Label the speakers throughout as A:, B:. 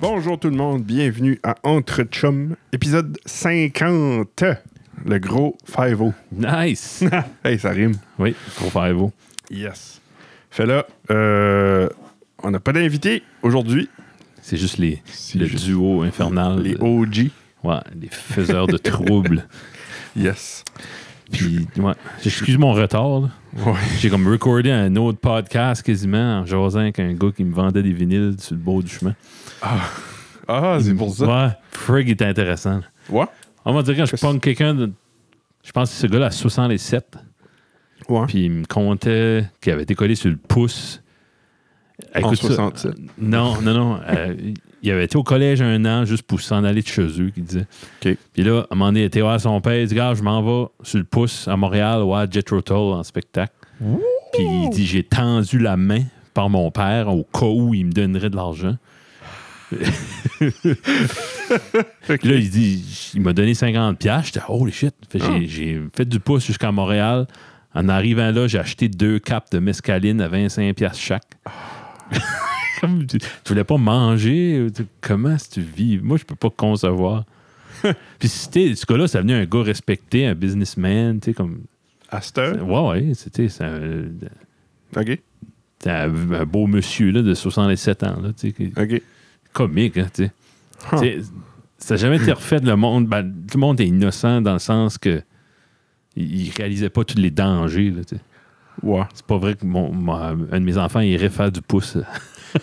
A: Bonjour tout le monde, bienvenue à Entre Chum, épisode 50, le gros 5
B: Nice!
A: Hey, ça rime.
B: oui, trop faire beau.
A: Yes. Fait là, euh, on n'a pas d'invité aujourd'hui.
B: C'est juste les,
A: C'est
B: le
A: juste
B: duo infernal.
A: Les OG.
B: Ouais, les faiseurs de troubles.
A: Yes.
B: Puis, ouais, j'excuse mon retard. là.
A: Ouais.
B: J'ai comme recordé un autre podcast quasiment en jasant avec un gars qui me vendait des vinyles sur le bord du chemin.
A: Ah, c'est pour ça.
B: Ouais, Frig était intéressant. là.
A: Ouais.
B: On va dire quand je
A: Qu'est-ce-
B: pogne quelqu'un, de- je pense que ce gars-là a 67.
A: Ouais.
B: Puis il me comptait qu'il avait été collé sur le pouce.
A: en
B: Ah, Écoute ça. Euh,
A: 67.
B: Non, non, non. euh, il avait été au collège un an juste pour s'en aller de chez eux, qu'il disait.
A: OK.
B: Puis là, à un moment donné, il était à son père, il dit Gars, je m'en vais sur le pouce à Montréal, ouais, Jet Tull en spectacle. Puis il dit J'ai tendu la main par mon père au cas où il me donnerait de l'argent. Fait que là, il dit Il m'a donné 50$. piastres. J'étais Holy shit. Fait
A: Ah.
B: que j'ai- J'ai fait du pouce jusqu'à Montréal. En arrivant là, j'ai acheté deux capes de mescaline à 25$ piastres chaque. Comme tu, tu voulais pas manger. tu- Comment est-ce que tu vis? Moi, je peux pas concevoir. Puis c'était, ce gars-là, ça venait un gars respecté, un businessman, tu sais, comme...
A: À cette heure.
B: Ouais, ouais, c'était c'est un,
A: OK.
B: c'est un- un beau monsieur, là, de 67 ans, là, tu sais, qui-
A: OK.
B: comique, hein, tu sais.
A: Huh.
B: Tu sais, Ça n'a jamais été refait, le monde. Ben, tout le monde est innocent dans le sens que il il réalisait pas tous les dangers, là, tu sais.
A: Ouais.
B: C'est pas vrai que mon, mon- un de mes enfants irait faire du pouce.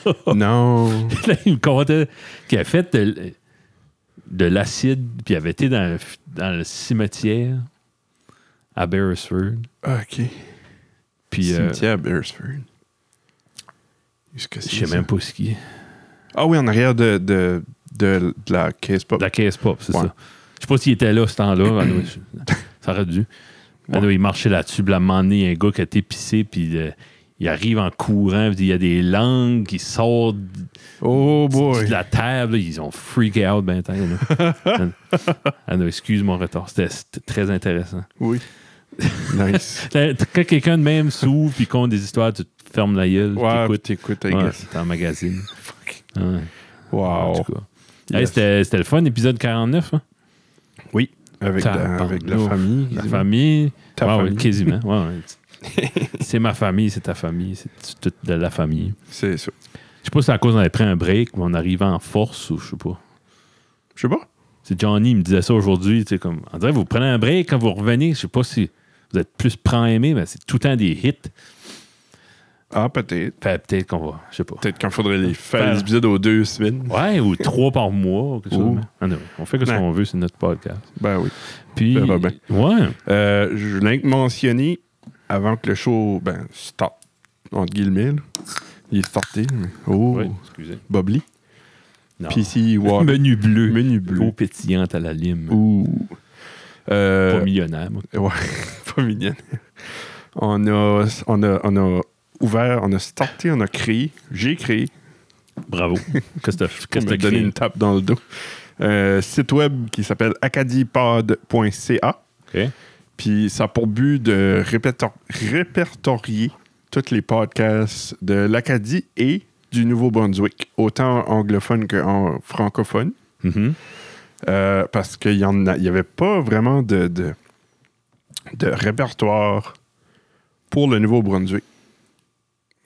A: Oh. non.
B: Là, il me contait qu'il a fait de, de l'acide, puis il avait été dans le, dans le cimetière à Beresford.
A: OK.
B: Puis, euh,
A: Cimetière Beresford. Qu'est-ce que c'est?
B: je sais
A: ça?
B: même pas ce qui est.
A: Ah oui, en arrière de, de, de, de la caisse pop.
B: De la caisse pop, c'est
A: Ouais.
B: ça. Je sais pas s'il était là ce temps-là. Ah, non, je- ça aurait dû. Ah, non, il marchait là-dessus, puis à un moment donné, il y a un gars qui a été pissé, puis euh, il arrive en courant, puis il y a des langues qui sortent
A: Oh
B: du-
A: boy.
B: de la table. là. Ils ont freaké out ben tant, là. ah, non, excuse mon retard, c'était c'était très intéressant.
A: Oui. nice.
B: Quand quand quelqu'un de même s'ouvre puis compte des histoires, tu te fermes la gueule,
A: Ouais,
B: tu
A: puis
B: écoutes.
A: t'écoutes, I
B: Ouais,
A: guess.
B: c'est un magazine.
A: Wow. Yes.
B: C'était c'était le fun, épisode 49. hein?
A: Oui. Avec, la, avec la
B: Tabarnouche.
A: famille.
B: La
A: quasiment.
B: famille.
A: Ta
B: Ouais, ouais,
A: famille.
B: quasiment. Ouais, ouais. c'est ma famille, c'est ta famille, c'est toute de la famille.
A: C'est ça.
B: Je sais pas si c'est à cause qu'on avait pris un break, mais on arrivait en force ou je sais pas.
A: Je sais pas.
B: C'est Johnny, il me disait ça aujourd'hui, tu sais, comme, on dirait, vous prenez un break quand vous revenez, je sais pas si vous êtes plus prend-aimé, mais c'est tout le temps des hits.
A: Ah, peut-être.
B: Fait peut-être qu'on va, je sais pas.
A: Peut-être qu'il faudrait les faire
B: Faire.
A: les épisodes aux deux semaines.
B: Ouais, ou trois par mois, ou quelque chose.
A: Ouh.
B: mais- Ah non, on fait que ce
A: Ouais.
B: qu'on veut, c'est notre podcast.
A: Ben oui.
B: Puis,
A: Ça va bien.
B: ouais,
A: Euh, je voulais mentionner avant que le show ben, stop, entre guillemets. là. Il est sorti. mais- Oh,
B: Oui, excusez.
A: Bob Lee.
B: Non.
A: PC Walk.
B: Menu bleu.
A: Ah. Menu bleu. Oh.
B: L'eau pétillante à la lime.
A: Ouh. Euh,
B: Pas millionnaire, moi.
A: Ouais, pas mignonne. On a, on, a, on a ouvert, on a starté, on a créé. J'ai créé.
B: Bravo. Qu'est-ce que t'as-
A: On
B: qu'est-ce
A: m'a
B: que t'as
A: donné
B: créé?
A: une tape dans le dos. Euh, site web qui s'appelle acadiepod.ca.
B: Ok.
A: Puis ça a pour but de répertor- répertorier tous les podcasts de l'Acadie et du Nouveau-Brunswick, autant anglophone qu'en francophone.
B: Mhm.
A: Euh, parce qu'il n'y avait pas vraiment de, de, de répertoire pour le Nouveau-Brunswick.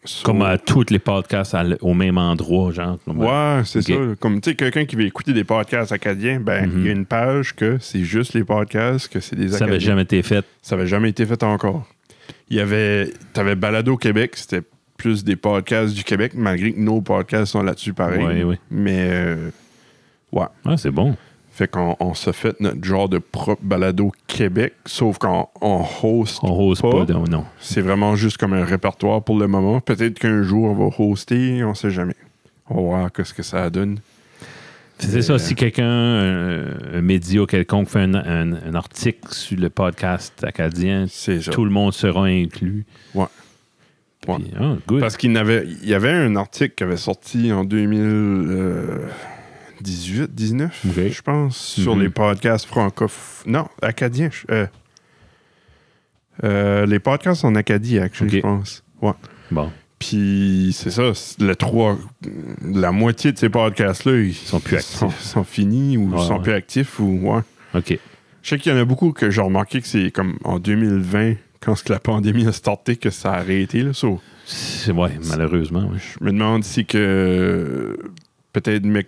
A: So-
B: Comme à tous les podcasts à l- au même endroit, genre. comme-
A: Ouais, c'est
B: Ok.
A: ça. Comme tu sais, quelqu'un qui veut écouter des podcasts acadiens, ben, il y a une page que c'est juste les podcasts, que c'est des
B: Mhm. Ça
A: Acadiens.
B: avait jamais été fait.
A: Ça avait jamais été fait encore. Il y avait. T'avais Balado Québec, c'était plus des podcasts du Québec, malgré que nos podcasts sont là-dessus pareil.
B: Ouais, ouais.
A: Mais euh, ouais.
B: Ouais, c'est bon.
A: Fait qu'on on se fait notre genre de propre balado Québec, sauf qu'on on host.
B: On rose pas,
A: Pas.
B: de- non.
A: C'est vraiment juste comme un répertoire pour le moment. Peut-être qu'un jour on va hoster, on sait jamais. On va voir qu'est-ce que ça donne.
B: C'est ça,
A: Euh.
B: si quelqu'un, un, un média quelconque, fait un, un- un article sur le podcast acadien,
A: C'est ça.
B: tout le monde sera inclus.
A: Ouais. Ouais.
B: Puis, oh, good.
A: Parce qu'il n'avait- il y avait un article qui avait sorti en 2018, 19,
B: Ok.
A: je pense, sur
B: Mhm.
A: les podcasts francophones. Non, acadiens. je- euh, Euh, les podcasts en Acadie, actually,
B: Ok.
A: je pense. Ouais.
B: Bon,
A: Puis c'est ça, c'est le trois, la moitié de ces podcasts-là, ils
B: sont plus actifs.
A: Sont, sont finis ou
B: Ouais,
A: sont
B: ouais.
A: plus actifs ou ouais.
B: OK.
A: Je sais qu'il y en a beaucoup que j'ai remarqué que c'est comme en 2020, quand ce que la pandémie a starté, que ça a arrêté. Là. So,
B: C'est- Ouais, malheureusement. ouais.
A: je me demande si que peut-être mais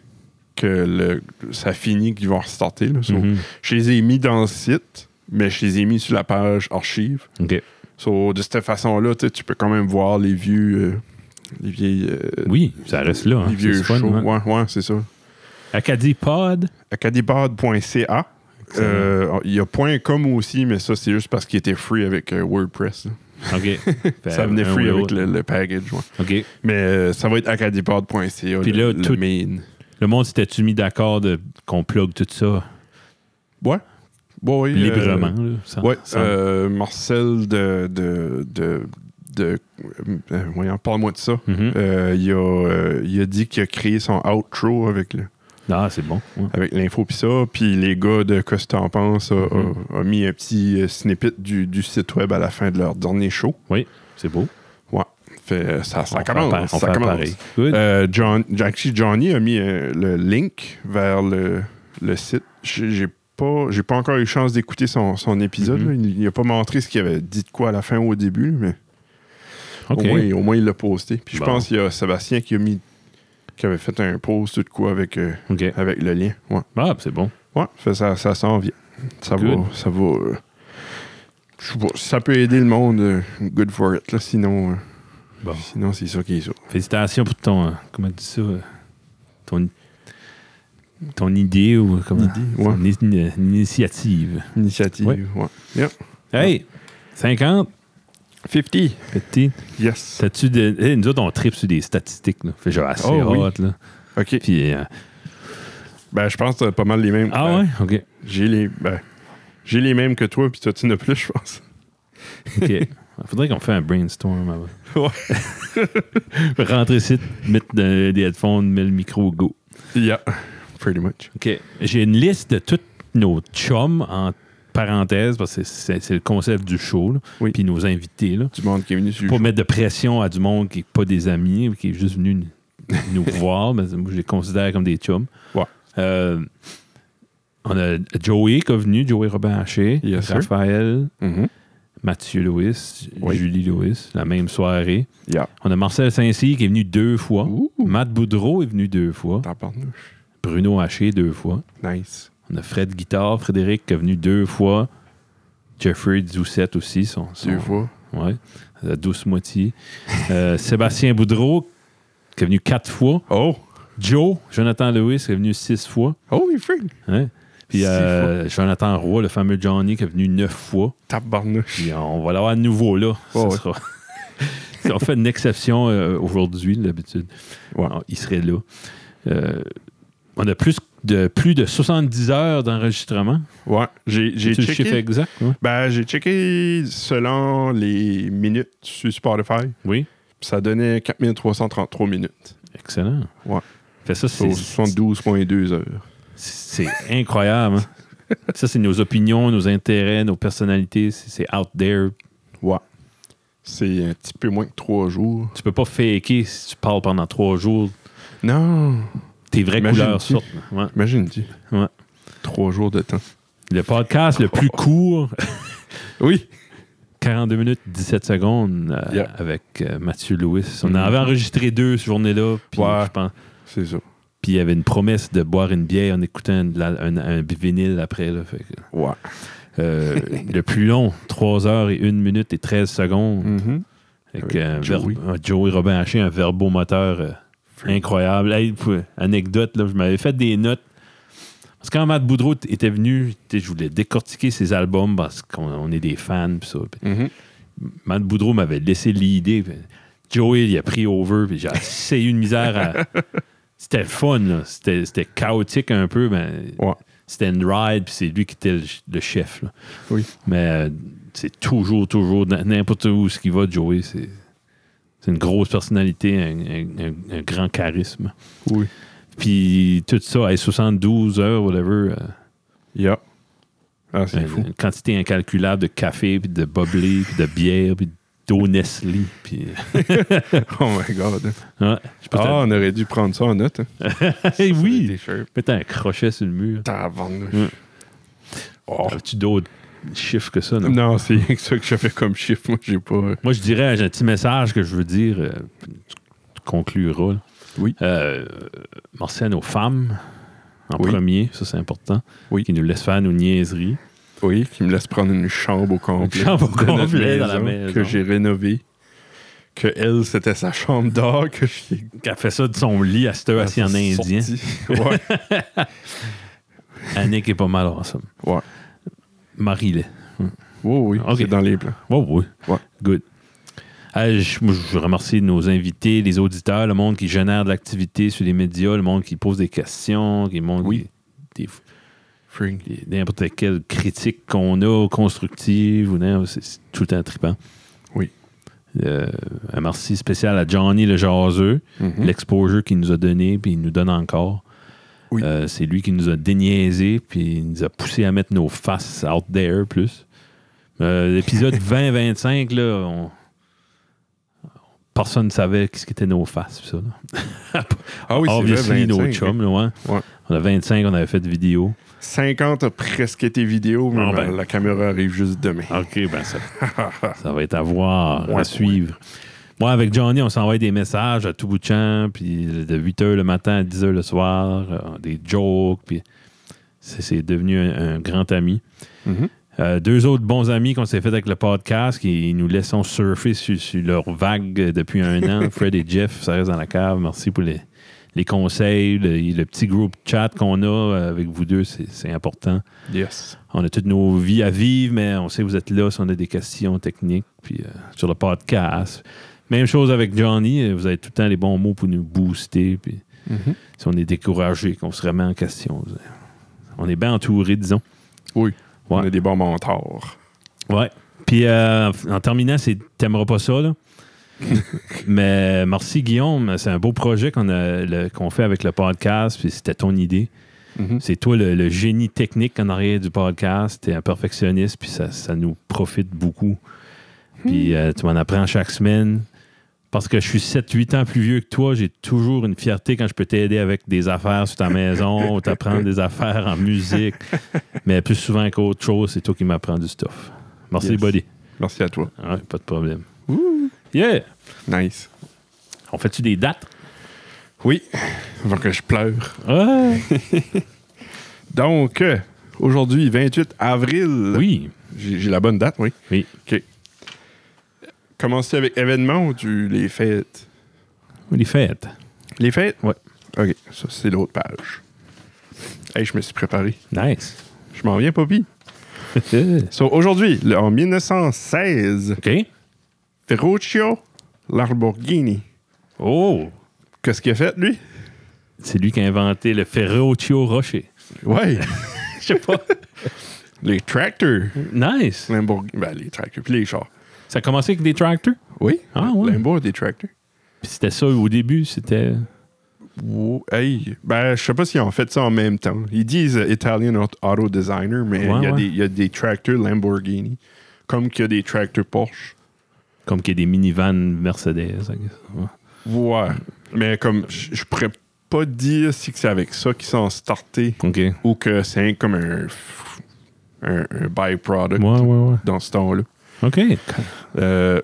A: que le, ça finit qu'ils vont restarter. Là. So,
B: Mhm.
A: Je les ai mis dans le site, mais je les ai mis sur la page archive.
B: OK.
A: So, de cette façon-là, tu sais, tu peux quand même voir les vieux. euh, les vieilles. euh,
B: Oui, ça reste là. hein.
A: les vieux
B: C'est fun,
A: shows.
B: hein.
A: Ouais, ouais, c'est ça.
B: Acadie Pod.
A: Acadipod.ca. Euh, Il y a .com aussi, mais ça, c'est juste parce qu'il était free avec euh, WordPress. là.
B: OK.
A: ça venait
B: Un
A: free
B: ou
A: avec
B: l'autre.
A: le, le package. Ben ouais.
B: OK.
A: Mais euh, ça va être acadipod.ca.
B: Puis
A: le,
B: là,
A: le
B: tout-
A: main.
B: Le monde s'était-tu mis d'accord de- qu'on plug tout
A: Euh,
B: ça
A: Ouais. Bon, oui, euh,
B: librement? là, sans-
A: ouais,
B: sans-
A: euh, Marcel de. de, de, de- euh, voyons, parle-moi de ça.
B: Mhm.
A: Euh, il, a, euh, il a dit qu'il a créé son outro avec le.
B: Ah, c'est bon. Ouais.
A: avec l'info puis ça. Puis les gars de Qu'est-ce que t'en penses a, a-
B: Mm-hmm.
A: a mis un petit euh, snippet du, du site web à la fin de leur dernier show.
B: C'est beau.
A: Ouais. Fait, euh, ça ça
B: On fait
A: commence.
B: pa- on
A: ça
B: fait
A: commence.
B: pareil. Good.
A: Euh, John, actually, Johnny a mis euh, le link vers le, le site. J'ai j'ai pas, j'ai pas encore eu chance d'écouter son, son épisode.
B: Mhm.
A: là. Il, il a pas montré ce qu'il avait dit de quoi à la fin ou au début, mais
B: OK.
A: au, moins, au moins, il l'a posté. Puis je
B: Bon.
A: pense qu'il y a Sébastien qui a mis qui avait fait un post ou de quoi avec, euh,
B: OK.
A: avec le lien. Ouais.
B: Ah, c'est bon.
A: Ouais, fait ça, ça s'en vient. Ça va.
B: Good.
A: Ça va. euh, je sais pas, si ça peut aider le monde, euh, good for it. Là, sinon, euh,
B: Bon.
A: sinon c'est ça qui est ça.
B: Félicitations pour ton. euh, Comment tu dis ça euh, Ton. Ton idée ou euh, comment
A: Idée, ouais.
B: Ton is- une- une initiative.
A: Initiative.
B: Ouais.
A: Ouais. Yeah.
B: Hey 50
A: 50.
B: petit.
A: Yes.
B: T'as-tu de. Hey, nous autres, on tripe sur des statistiques. Là. Fait genre assez
A: Oh, oui.
B: hot, là.
A: OK.
B: Puis. euh,
A: Ben, je pense que t'as pas mal les mêmes.
B: Ah
A: Ben,
B: ouais? OK.
A: J'ai les, ben, j'ai les mêmes que toi, puis toi, tu n'as plus, je pense.
B: OK. Faudrait qu'on fasse un brainstorm avant.
A: Ouais.
B: Rentrer ici, mettre de- des headphones, mettre le micro, go.
A: Yeah. Pretty much.
B: OK. J'ai une liste de tous nos chums en parenthèse, parce que c'est- c'est c'est le concept du show, là.
A: Oui.
B: puis nos invités. Là.
A: Du monde qui est venu sur le
B: Pour
A: show.
B: mettre de pression à du monde qui n'est pas des amis ou qui est juste venu nous, nous voir, mais moi, je les considère comme des chums.
A: Ouais.
B: Euh, on a Joey qui est venu, Joey Robin Haché,
A: Yes, sir.
B: Raphaël,
A: Mhm.
B: Mathieu Lewis,
A: Oui.
B: Julie Lewis, la même soirée.
A: Yeah.
B: On a Marcel Saint-Cyr qui est venu deux fois.
A: Ouh.
B: Matt Boudreau est venu deux fois.
A: T'en parles nous.
B: Bruno Haché deux fois.
A: Nice.
B: On a Fred Guitard, Frédéric qui est venu deux fois. Jeffrey Doucette aussi. Son, son-
A: Deux fois.
B: Ouais, la douce moitié. Euh, Sébastien Boudreau qui est venu quatre fois.
A: Oh.
B: Joe, Jonathan Lewis qui est venu six fois.
A: Holy freak.
B: Hein? Puis
A: Six
B: euh, Jonathan Roy, le fameux Johnny, qui est venu neuf fois.
A: Tabarnouche.
B: Puis euh, on va l'avoir de nouveau là.
A: Oh,
B: Ça
A: Ouais, ouais.
B: sera- si on fait une exception euh, aujourd'hui, d'habitude,
A: Ouais.
B: Alors, il serait là. Euh, on a plus de, plus de 70 heures d'enregistrement.
A: Ouais. J'ai, j'ai
B: C'est-tu le chiffre
A: checké.
B: exact. ouais?
A: Ben, j'ai checké selon les minutes sur Spotify.
B: Oui.
A: Ça donnait 4333 minutes.
B: Excellent.
A: Ouais.
B: Fait ça,
A: Sur
B: c'est,
A: 72,2 heures.
B: c'est incroyable. hein? ça, c'est nos opinions, nos intérêts, nos personnalités. C'est, c'est out there.
A: Ouais. C'est un petit peu moins que 3 jours.
B: Tu peux pas faker si tu parles pendant trois jours.
A: Non.
B: Tes vraies
A: Imagine-tu.
B: couleurs sortent. Ouais.
A: Imagine-tu.
B: Ouais.
A: 3 jours de temps.
B: Le podcast le plus court
A: Oui.
B: 42 minutes 17 secondes euh,
A: Yeah.
B: avec euh, Mathieu Lewis. On
A: Mhm.
B: en avait enregistré deux ce journée-là. Puis
A: Ouais.
B: je pense-
A: C'est ça.
B: puis il y avait une promesse de boire une bière en écoutant de la- un, un vinyle après. là. Fait que,
A: Ouais.
B: euh, le plus long, 3 heures et 1 minute et 13 secondes.
A: Mhm. Avec
B: Avec un
A: Joey.
B: ver- un Joey Robin Haché, un verbomoteur euh, incroyable. Hey, pff, anecdote, là, je m'avais fait des notes. Parce que quand Matt Boudreau t- était venu, tu sais, je voulais décortiquer ses albums parce qu'on on est des fans. Pis ça, Puis
A: Mhm.
B: Matt Boudreau m'avait laissé l'idée. puis Joey, il a pris over. Puis j'ai essayé une misère à. C'était le fun, là. C'était c'était chaotique un peu, ben, mais
A: Ouais.
B: c'était une ride, puis c'est lui qui était le, le chef. là.
A: Oui.
B: Mais euh, c'est toujours, toujours, n- n'importe où ce qu'il va, Joey, c'est c'est une grosse personnalité, un, un- un- un grand charisme.
A: Oui.
B: Puis tout ça, à 72 heures, whatever, euh,
A: Yeah. Ah, c'est
B: Une,
A: fou.
B: une quantité incalculable de café, puis de boblé, puis de bière, puis d'eau Nestlé. Puis... euh,
A: Oh my God.
B: Ouais, je peux
A: Ah, on aurait dû prendre ça en note. hein.
B: te- Eh oui,
A: Des shirts.
B: mettre un crochet sur le mur.
A: Tabarnouche.
B: Mm.
A: Oh.
B: As-tu d'autres chiffres que ça? non?
A: Non, c'est rien que ça que je fais comme chiffre. Moi, j'ai pas. euh,
B: Moi, je dirais, j'ai un petit message que je veux dire, euh, tu tu concluras. là.
A: Oui.
B: Euh, merci à nos femmes, en
A: Oui.
B: premier, ça c'est important,
A: Oui.
B: qui nous laissent faire nos niaiseries.
A: Oui, qui me laisse prendre une chambre au complet.
B: Une chambre au
A: de notre
B: complet dans la maison.
A: Que j'ai rénovée. Que elle, c'était sa chambre d'or. Que je l'ai
B: Qui a fait ça de son lit à cette heure assis en
A: sorti.
B: indien.
A: ouais.
B: Annick est pas mal en somme.
A: Ouais.
B: Marie-Lait.
A: Oui, oui,
B: Ok.
A: c'est dans les plans.
B: Oh, oui.
A: Ouais.
B: Good. Euh, je, moi, je remercie nos invités, les auditeurs, le monde qui génère de l'activité sur les médias, le monde qui pose des questions, qui le monde
A: Oui.
B: qui- des-
A: Fring.
B: des- n'importe quelle critique qu'on a, constructive ou non, c'est c'est tout le temps trippant.
A: Oui.
B: Euh, un merci spécial à Johnny le jaseux,
A: Mhm.
B: l'exposure qu'il nous a donné, puis il nous donne encore.
A: Oui.
B: Euh, c'est lui qui nous a déniaisé, puis il nous a poussé à mettre nos faces out there plus. Euh, L'épisode 20-25, là, on- personne ne savait ce qu'étaient nos faces. puis Ça, là.
A: Ah oui, c'est vrai,
B: Obviously, nos
A: 25.
B: chums, là, ouais.
A: Ouais.
B: On a 25, on avait fait de vidéos.
A: 50 a presque été vidéo, mais
B: Ah ben.
A: ben, la caméra arrive juste demain.
B: OK, ben ça, ça va être à voir,
A: Ouais,
B: à suivre. Moi, avec Johnny, on s'envoie des messages à tout bout de champ, puis de 8h le matin à 10h le soir, euh, des jokes, puis c'est c'est devenu un, un grand ami.
A: Mhm.
B: Euh, deux autres bons amis qu'on s'est fait avec le podcast, qui nous laissons surfer sur, sur leur vague depuis un an, Fred et Jeff, ça reste dans la cave. Merci pour les, les conseils, le, le petit groupe chat qu'on a euh, avec vous deux, c'est c'est important.
A: Yes.
B: On a toutes nos vies à vivre, mais on sait que vous êtes là si on a des questions techniques, puis euh, sur le podcast. Même chose avec Johnny, euh, vous avez tout le temps les bons mots pour nous booster. Puis
A: Mhm.
B: si on est découragé, qu'on se remet en question, vous- on est bien entouré, disons.
A: Oui. On
B: Ouais.
A: a des bons mentors.
B: Ouais. Puis euh, en terminant, c'est t'aimeras pas ça, là. mais merci Guillaume, c'est un beau projet qu'on a- le- qu'on fait avec le podcast, puis c'était ton idée.
A: Mhm.
B: C'est toi le, le génie technique en arrière du podcast. T'es un perfectionniste, puis ça, ça nous profite beaucoup. Puis euh, tu m'en apprends chaque semaine. Parce que je suis 7-8 ans plus vieux que toi, j'ai toujours une fierté quand je peux t'aider avec des affaires sur ta maison ou t'apprendre des affaires en musique. Mais plus souvent qu'autre chose, c'est toi qui m'apprends du stuff. Merci,
A: Yes.
B: buddy.
A: Merci à toi.
B: Ouais, pas de problème. Yeah!
A: Nice.
B: On fait-tu des dates?
A: Oui, avant que je pleure.
B: Ouais.
A: Donc, euh, aujourd'hui, 28 avril.
B: Oui.
A: J'ai j'ai la bonne date, oui.
B: Oui.
A: OK. Commencer avec événements ou tu les fêtes?
B: Les fêtes.
A: Les fêtes?
B: Ouais.
A: OK, ça, c'est l'autre page. Hey, je me suis préparé.
B: Nice.
A: Je m'en viens, Poppy.
B: OK.
A: So, aujourd'hui, le- en 1916, Ferruccio Lamborghini.
B: Oh!
A: Qu'est-ce qu'il a fait, lui?
B: C'est lui qui a inventé le Ferroccio Rocher.
A: Ouais,
B: Je sais pas.
A: les tractors.
B: nice.
A: Lamborghini. Ben, les tractors, puis les chars.
B: Ça a commencé avec des tractors.
A: Oui,
B: Ah, ouais.
A: Lambo, des tractors.
B: Puis c'était ça au début, c'était.
A: Wow, Hey, ben, je sais pas s'ils ont fait ça en même temps. Ils disent euh, Italian Aut- Auto Designer, mais
B: Ouais,
A: il y a
B: ouais.
A: des- il y, a des tracteurs Lamborghini, comme qu'il y a des tracteurs Porsche.
B: Comme qu'il y a des minivans Mercedes. I guess. Ouais.
A: Ouais. Mais comme, je je pourrais pas dire si que c'est avec ça qu'ils sont startés
B: OK. Ouais,
A: ou que c'est comme un, f- un, un byproduct
B: ouais, ouais.
A: dans ce temps-là.
B: OK.
A: Euh,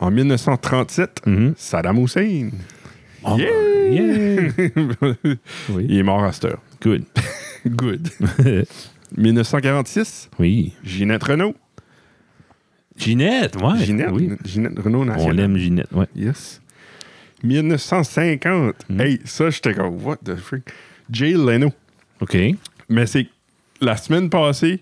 A: en 1937,
B: Mhm.
A: Saddam Hussein.
B: Oh,
A: Yeah!
B: yeah! Oui.
A: il est mort à cette heure.
B: Good.
A: Good. 1946,
B: oui.
A: Ginette Renault.
B: Ginette, ouais.
A: Ginette,
B: Oui.
A: Ginette Renault
B: On
A: nationale.
B: l'aime, Ginette, ouais.
A: Yes. 1950. Hey, ça, j'étais comme, what the freak? Jay Leno.
B: OK.
A: Mais c'est la semaine passée,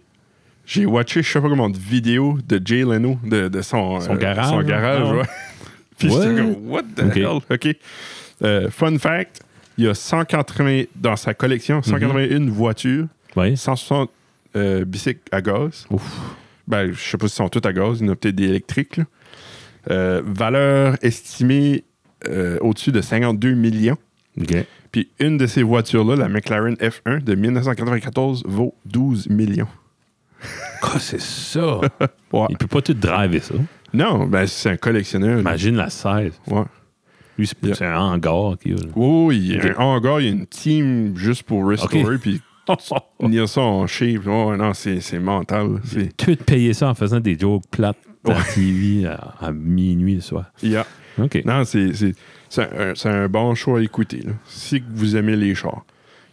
A: j'ai watché, je sais pas comment, de vidéos de Jay Leno, de, de son, euh,
B: Son garage,
A: son garage,
B: ah ouais.
A: ouais. Puis j'étais
B: What?
A: comme, what the
B: Ok.
A: hell? OK. Euh, fun fact, il y a 180, dans sa collection, 181 voitures,
B: Ouais.
A: 160 euh, bicycles à gaz.
B: Ouf.
A: Ben, je sais pas s'ils sont tous à gaz, il y en a peut-être des électriques. là. Euh, valeur estimée euh, au-dessus de 52 millions.
B: OK.
A: Puis une de ces voitures-là, la McLaren F1 de 1994, vaut 12 millions.
B: Quoi, Ah, c'est ça?
A: Ouais.
B: Il peut pas tout driver ça.
A: Non, ben c'est un collectionneur. là.
B: Imagine la 16.
A: Ouais.
B: Lui, c'est
A: Yeah.
B: c'est un hangar qu'il a. là.
A: Oui, oui, il y a
B: Ok.
A: un hangar, il y a une team juste pour restorer, puis
B: Oh,
A: il y a ça en shape. Ouais, non, c'est c'est mental. C'est.
B: Tout payer ça en faisant des jokes plates à la TV à, à minuit le soir.
A: Yeah.
B: OK.
A: Non, c'est c'est- c'est un, c'est un bon choix à écouter. là. Si que vous aimez les chars.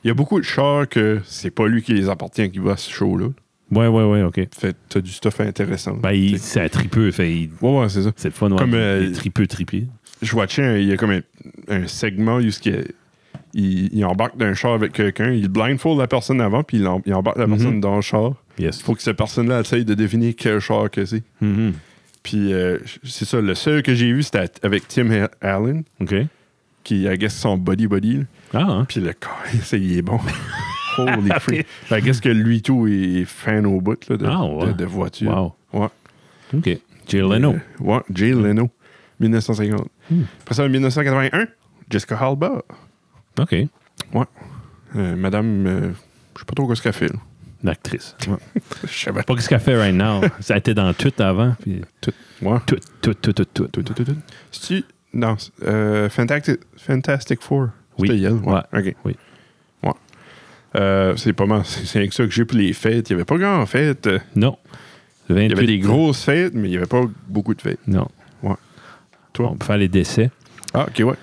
A: Il y a beaucoup de chars que c'est pas lui qui les appartient qui va à ce show-là.
B: Ouais, ouais, ouais, OK.
A: Fait t'as du stuff intéressant.
B: Ben, il- c'est un tripeux. Fait, il-
A: Ouais, ouais, c'est ça.
B: c'est le fun. ouais.
A: Comme, euh,
B: Des tripeux, tripés.
A: Je watchais, un- il y a comme un, un segment où ce qu'il y a- il, il embarque d'un char avec quelqu'un, il blindfold la personne avant, puis il, em- il embarque la
B: Mm-hmm.
A: personne dans le char.
B: Yes.
A: Faut que cette personne-là essaye de définir quel char que c'est.
B: Mhm.
A: Puis euh, c'est ça, le seul que j'ai vu, c'était avec Tim Allen,
B: OK.
A: qui, I guess, son body-body. là.
B: Ah, hein.
A: Puis le corps, ça, il est bon. Holy freak. Fait Ben, qu'est-ce que lui, tout, est fan au bout là, de,
B: Ah, ouais.
A: de, de voiture.
B: Wow.
A: Ouais.
B: OK. Jay Leno. Hmm.
A: Euh, ouais, Jay Leno, 1950. Après ça, 1981, Jessica Halba.
B: OK.
A: Ouais. Euh, Madame, euh, je sais pas trop ce qu'elle fait. là.
B: L'actrice.
A: Je savais pas
B: Pas ce qu'elle fait right now. Ça a été dans tout avant. Puis
A: tout. Ouais.
B: tout, tout, tout, tout, tout.
A: Tout, tout, tout, tout. C'est-tu- Non, c'est- euh, Fantastic, Fantastic Four.
B: Oui.
A: C'était elle. Ouais.
B: Ouais.
A: OK.
B: Oui.
A: Ouais. Euh, c'est pas mal. C'est c'est rien que ça que j'ai pour les fêtes. Il n'y avait pas grand fête.
B: Non.
A: Il y avait des
B: 28.
A: grosses fêtes, mais il n'y avait pas beaucoup de fêtes.
B: Non.
A: Ouais. Toi?
B: On peut faire les décès.
A: Ah, ok, ouais.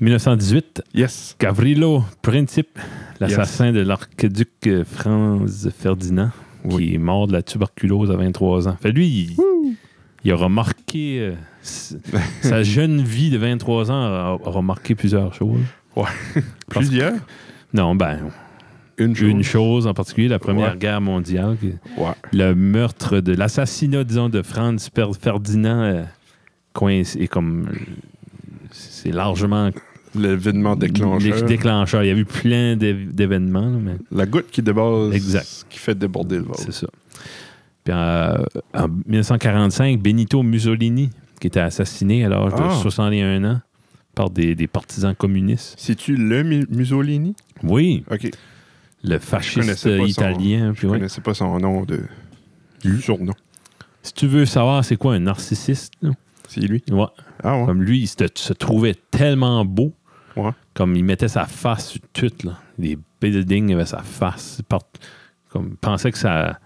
B: 1918,
A: Yes.
B: Gavrilo Principe, l'assassin de l'archiduc euh, Franz Ferdinand, qui est mort de la tuberculose à 23 ans. Fait lui, il, il aura marqué. euh, s- sa jeune vie de 23 ans a- aura marqué plusieurs choses.
A: Plusieurs.
B: Non, ben,
A: Une chose.
B: une chose en particulier, la Première
A: Ouais.
B: Guerre mondiale, qui-
A: Ouais.
B: le meurtre de l'assassinat, disons, de Franz Per- Ferdinand euh, coïnc- est comme. euh, C'est largement
A: L'événement déclencheur.
B: Dé- déclencheur. Il y a eu plein d'év- d'événements, là, mais
A: La goutte qui déborde.
B: Exact.
A: Qui fait déborder le vase.
B: c'est ça. Puis en, en 1945, Benito Mussolini, qui était assassiné à l'âge
A: Ah.
B: de 61 ans par des, des partisans communistes.
A: C'est-tu le Mi- Mussolini?
B: Oui,
A: Ok.
B: le
A: Je
B: fasciste
A: connaissais pas son-
B: italien. puis
A: Je
B: ouais.
A: connaissais pas son nom de. Surnom.
B: Si tu veux savoir c'est quoi un narcissiste, là,
A: C'est lui.
B: ouais,
A: Ah, ouais.
B: comme lui, il se, se trouvait tellement beau,
A: Ouais.
B: comme il mettait sa face sur tout. Là. Les buildings avaient sa face. Part- Comme, il pensait que ça,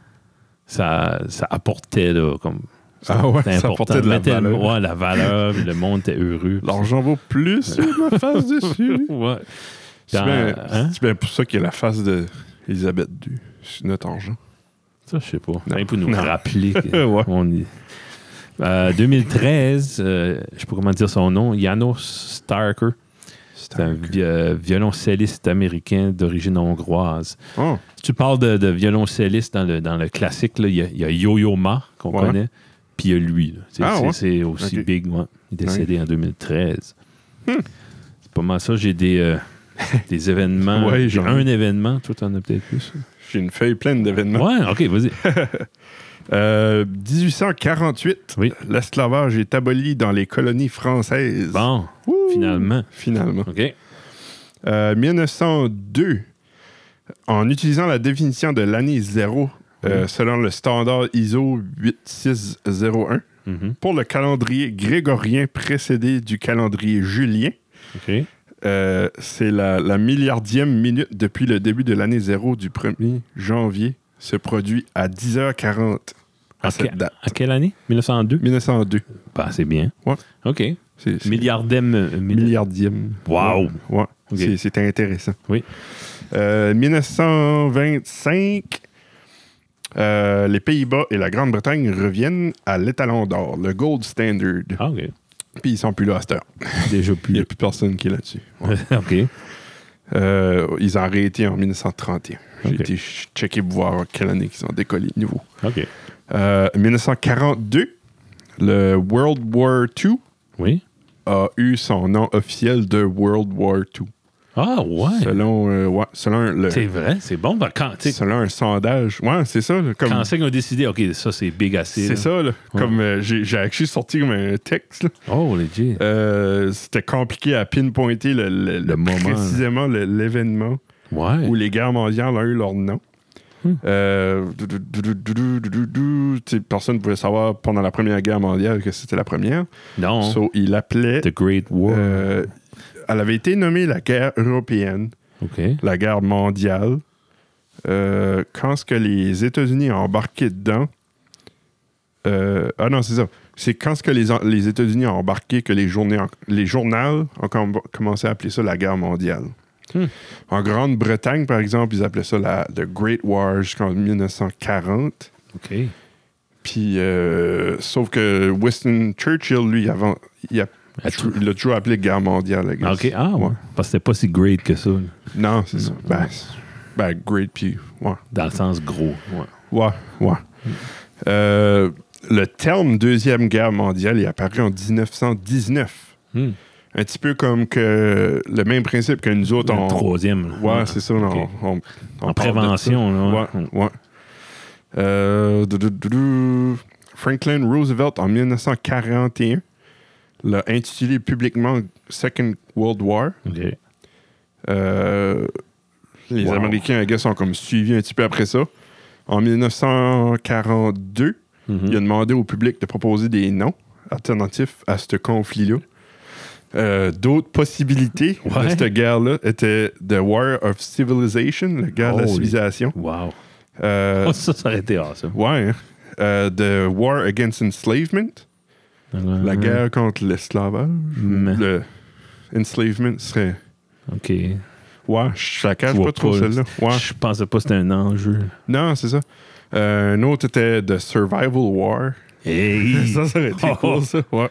B: ça, ça apportait. Là, comme,
A: Ah ouais,
B: C'était
A: ça apportait de la
B: Mettait le-
A: valeur.
B: ouais, la valeur, puis le monde était heureux. puis
A: L'argent vaut plus sur ma face dessus.
B: c'est- Ouais.
A: C'est
B: Dans-
A: bien,
B: hein?
A: c'est bien pour ça qu'il y a la face de Elisabeth Du. C'est notre argent.
B: Ça, je sais pas. Rien pour nous
A: Non.
B: rappeler. que
A: Ouais.
B: on est- Euh, 2013, euh, je sais pas comment dire son nom, Janos Starker. C'est un vi- euh, violoncelliste américain d'origine hongroise.
A: Oh,
B: Si tu parles de, de violoncelliste dans le, dans le classique, là, il y a- il y a Yo-Yo Ma, qu'on
A: Ouais.
B: connaît, puis il y a lui. là. C'est
A: Ah,
B: c'est-
A: ouais?
B: c'est aussi
A: Ok. Hmm.
B: big, ouais. Il est décédé en 2013. C'est pas mal ça. J'ai des, euh, des événements.
A: Ouais,
B: J'ai
A: j'en ai.
B: un événement. Toi, t'en as peut-être plus.
A: j'ai une feuille pleine d'événements.
B: Ouais, OK, vas-y.
A: Euh, 1848,
B: Oui.
A: l'esclavage est aboli dans les colonies françaises.
B: Bon,
A: Ouh,
B: finalement.
A: Finalement.
B: OK.
A: Euh, 1902, en utilisant la définition de l'année zéro euh, selon le standard ISO 8601,
B: Mhm.
A: pour le calendrier grégorien précédé du calendrier julien,
B: OK.
A: Euh, c'est la, la milliardième minute depuis le début de l'année zéro du 1er janvier se produit à 10h40 à
B: Ok.
A: cette date.
B: À quelle année 1902
A: 1902.
B: Bah, c'est bien.
A: Ouais.
B: OK.
A: C'est, c'est
B: Milliardième. euh, mille-
A: milliardième.
B: Wow.
A: Ouais. Ouais.
B: Ok.
A: C'est, c'est intéressant.
B: Oui.
A: Euh, 1925, euh, les Pays-Bas et la Grande-Bretagne reviennent à l'étalon d'or, le gold standard.
B: Ah, OK.
A: Puis ils sont plus là à cette heure.
B: Déjà
A: Il n'y
B: plus.
A: a plus personne qui est là-dessus. Ouais.
B: OK.
A: Euh, ils ont arrêté en 1931. J'ai
B: Ok.
A: été ch- checker pour voir quelle année qu'ils ont décollé de nouveau.
B: OK.
A: Euh, 1942, le World War II
B: Oui.
A: a eu son nom officiel de World War II.
B: Ah, ouais.
A: Selon, euh, ouais, selon, le,
B: C'est vrai, c'est bon. Ben, quand tu sais,
A: selon un sondage. Ouais, c'est ça. là, Comme,
B: quand c'est qu'on a décidé, OK, ça, c'est big assez.
A: c'est
B: là.
A: ça. là. Comme euh, j'ai j'ai actually sorti comme un texte. là.
B: Oh, legit.
A: Euh, C'était compliqué à pinpointer le, le- le-
B: Le moment, là.
A: précisément le- l'événement
B: Ouais. Hmm.
A: où les guerres mondiales ont eu leur nom. Euh, dou- dou- dou- dou- dou- dou- dou- dou. Tu sais, personne ne pouvait savoir pendant la Première Guerre mondiale que c'était la première.
B: Non.
A: So, il appelait.
B: The Great War.
A: euh, elle avait été nommée la guerre européenne,
B: OK.
A: la guerre mondiale. Euh, quand ce que les États-Unis ont embarqué dedans. euh, ah non, c'est ça. C'est quand ce que les, les États-Unis ont embarqué que les, journées, les journaux ont com- commencé à appeler ça la guerre mondiale.
B: Hmm.
A: En Grande-Bretagne, par exemple, ils appelaient ça la The Great War jusqu'en 1940.
B: OK.
A: Puis, euh, sauf que Winston Churchill, lui, avant, il, a,
B: À tout-
A: il l'a toujours appelé guerre mondiale, I guess.
B: Ah, OK. Ah, ouais.
A: Ouais.
B: Parce que c'était pas si great que ça. là.
A: Non, c'est ça. Ben, c'est- ben, great, puis, ouais.
B: Dans le sens gros.
A: Ouais, ouais. Euh, le terme Deuxième Guerre mondiale est apparu en 1919.
B: Hmm.
A: Un petit peu comme que le même principe que nous autres,
B: Le
A: on,
B: troisième. là.
A: Ouais, c'est ça. on-
B: OK.
A: on- on
B: En
A: parle de
B: prévention, hein.
A: ça.
B: là, ouais.
A: Ouais, ouais. Euh, dou- dou- dou- dou. Franklin Roosevelt, en 1941, l'a intitulé publiquement Second World War.
B: OK.
A: Euh, les
B: Wow.
A: Américains, I guess, ont comme suivi un petit peu après ça. En 1942,
B: Mhm.
A: il a demandé au public de proposer des noms alternatifs à ce conflit-là. Euh, D'autres possibilités de
B: Ouais.
A: cette guerre-là étaient The War of Civilization, la guerre de la
B: Holy.
A: civilisation.
B: Wow.
A: Euh,
B: Oh, ça, ça aurait été awesome.
A: ouais. hein. Euh, the War Against Enslavement, la guerre contre l'esclavage.
B: Hmm. Mais-
A: Le enslavement serait.
B: OK.
A: Ouais, je la cache
B: Je vois
A: pas trop
B: pas, là.
A: celle-là. Ouais.
B: Je pensais pas que c'était un enjeu.
A: Non, c'est ça. Euh, un autre était The Survival War.
B: Hey!
A: Ça, ça aurait été cool, ça. Ouais.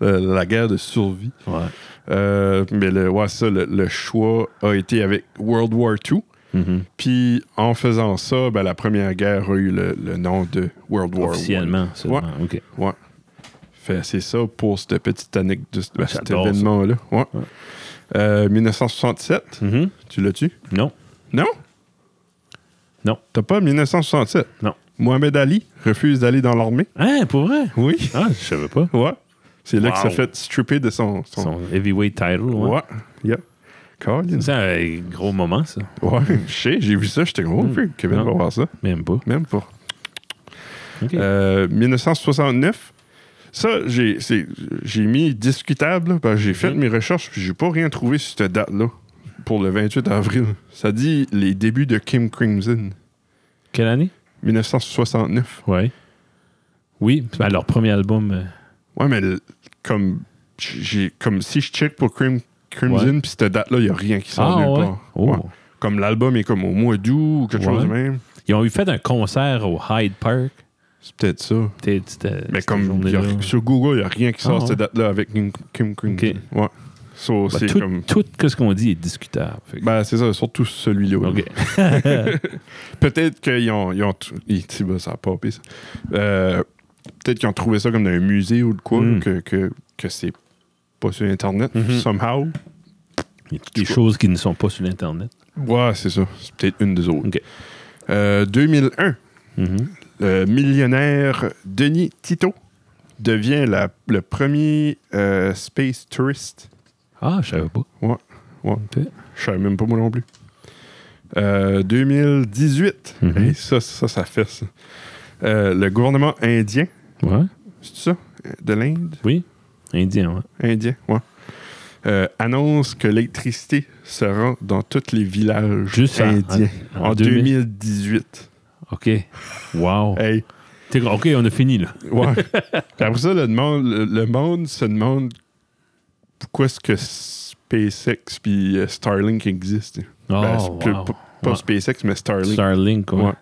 A: Euh, la guerre de survie.
B: Ouais.
A: Euh, mais le, ouais, ça, le, le choix a été avec World War II. Mm-hmm.
B: Mhm.
A: Puis en faisant ça, ben, la première guerre a eu le, le nom de World War I.
B: Officiellement. seulement. OK.
A: Ouais. Fait, c'est ça pour cette petite anecdote de ce- cet
B: J'adore ça.
A: événement-là. Ouais. Mm-hmm.
B: Ouais.
A: Euh, 1967,
B: Mhm.
A: tu l'as-tu?
B: Non.
A: Non?
B: Non.
A: T'as pas 1967?
B: Non.
A: Mohamed Ali refuse d'aller dans l'armée?
B: Hein, pour vrai?
A: Oui.
B: Ah, je savais pas.
A: Ouais. C'est là
B: Wow.
A: qu'il s'est fait stripper de son. son...
B: Son heavyweight title, ouais.
A: Ouais. Yep. Colin.
B: C'est un gros moment, ça.
A: Ouais, je sais, j'ai vu ça, j'étais gros.
B: Mm.
A: freak, Kevin
B: Non.
A: va voir ça.
B: Même pas.
A: Même pas.
B: OK.
A: Euh, 1969. Ça, j'ai c'est- j'ai mis discutable, là, parce que j'ai fait
B: Mhm.
A: mes recherches, puis j'ai pas rien trouvé sur cette date-là, pour le 28 avril. Ça dit les débuts de Kim Crimson,
B: Quelle année?
A: 1969.
B: Ouais. Oui, ben, leur premier album. euh,
A: Ouais, mais le- comme, j'ai- comme si je check pour Kim Crimson, puis cette date-là, il n'y a rien
B: Ah,
A: qui sort nulle part.
B: Oh.
A: Ouais. Comme l'album est comme au mois d'août ou quelque chose de
B: Ouais.
A: même.
B: Ils ont eu fait un concert au Hyde Park.
A: C'est peut-être ça.
B: C'était- c'était-
A: Mais
B: cette
A: comme il y a-
B: journée-là.
A: sur Google, il n'y a rien qui sort
B: Ah,
A: cette date-là avec Kim Kim Crimson.
B: Ok.
A: Ouais. So,
B: Ben,
A: c'est
B: tout,
A: comme.
B: tout que ce qu'on dit est discutable. Fait que-
A: Ben, c'est ça, surtout celui-là. là.
B: OK.
A: Peut-être qu'ils ont. Ils ont t- ils- tu sais, ben, ça a popé, ça. Euh, Peut-être qu'ils ont trouvé ça comme dans un musée ou de quoi,
B: Mm.
A: là, que, que, que c'est pas sur Internet,
B: Mhm.
A: somehow.
B: Il y a des choses qui ne sont pas sur l'Internet.
A: Ouais, c'est ça. C'est peut-être une des autres.
B: Ok.
A: Euh, 2001,
B: Mhm.
A: le Euh, millionnaire Denis Tito devient la- le premier euh, space tourist
B: Ah, je savais pas.
A: Ouais, ouais.
B: OK.
A: Je savais même pas moi non plus. Euh, 2018.
B: Mhm.
A: Hey, ça, ça, ça fait ça. Euh, le gouvernement indien,
B: Ouais.
A: c'est ça? De l'Inde?
B: Oui. Indien, ouais.
A: Indien, ouais. Euh, annonce que l'électricité sera dans tous les villages
B: Juste en-
A: indiens
B: en-
A: en,
B: en
A: 2018.
B: OK. Wow.
A: Hey,
B: T'es- OK, on a fini, là.
A: ouais. Puis Après ça, le monde, le, le monde se demande pourquoi est-ce que SpaceX puis euh, Starlink existent.
B: Oh,
A: Ben, c'est plus-
B: wow.
A: p- Pas
B: Ouais.
A: SpaceX, mais Starlink.
B: Starlink, ouais.
A: Ouais.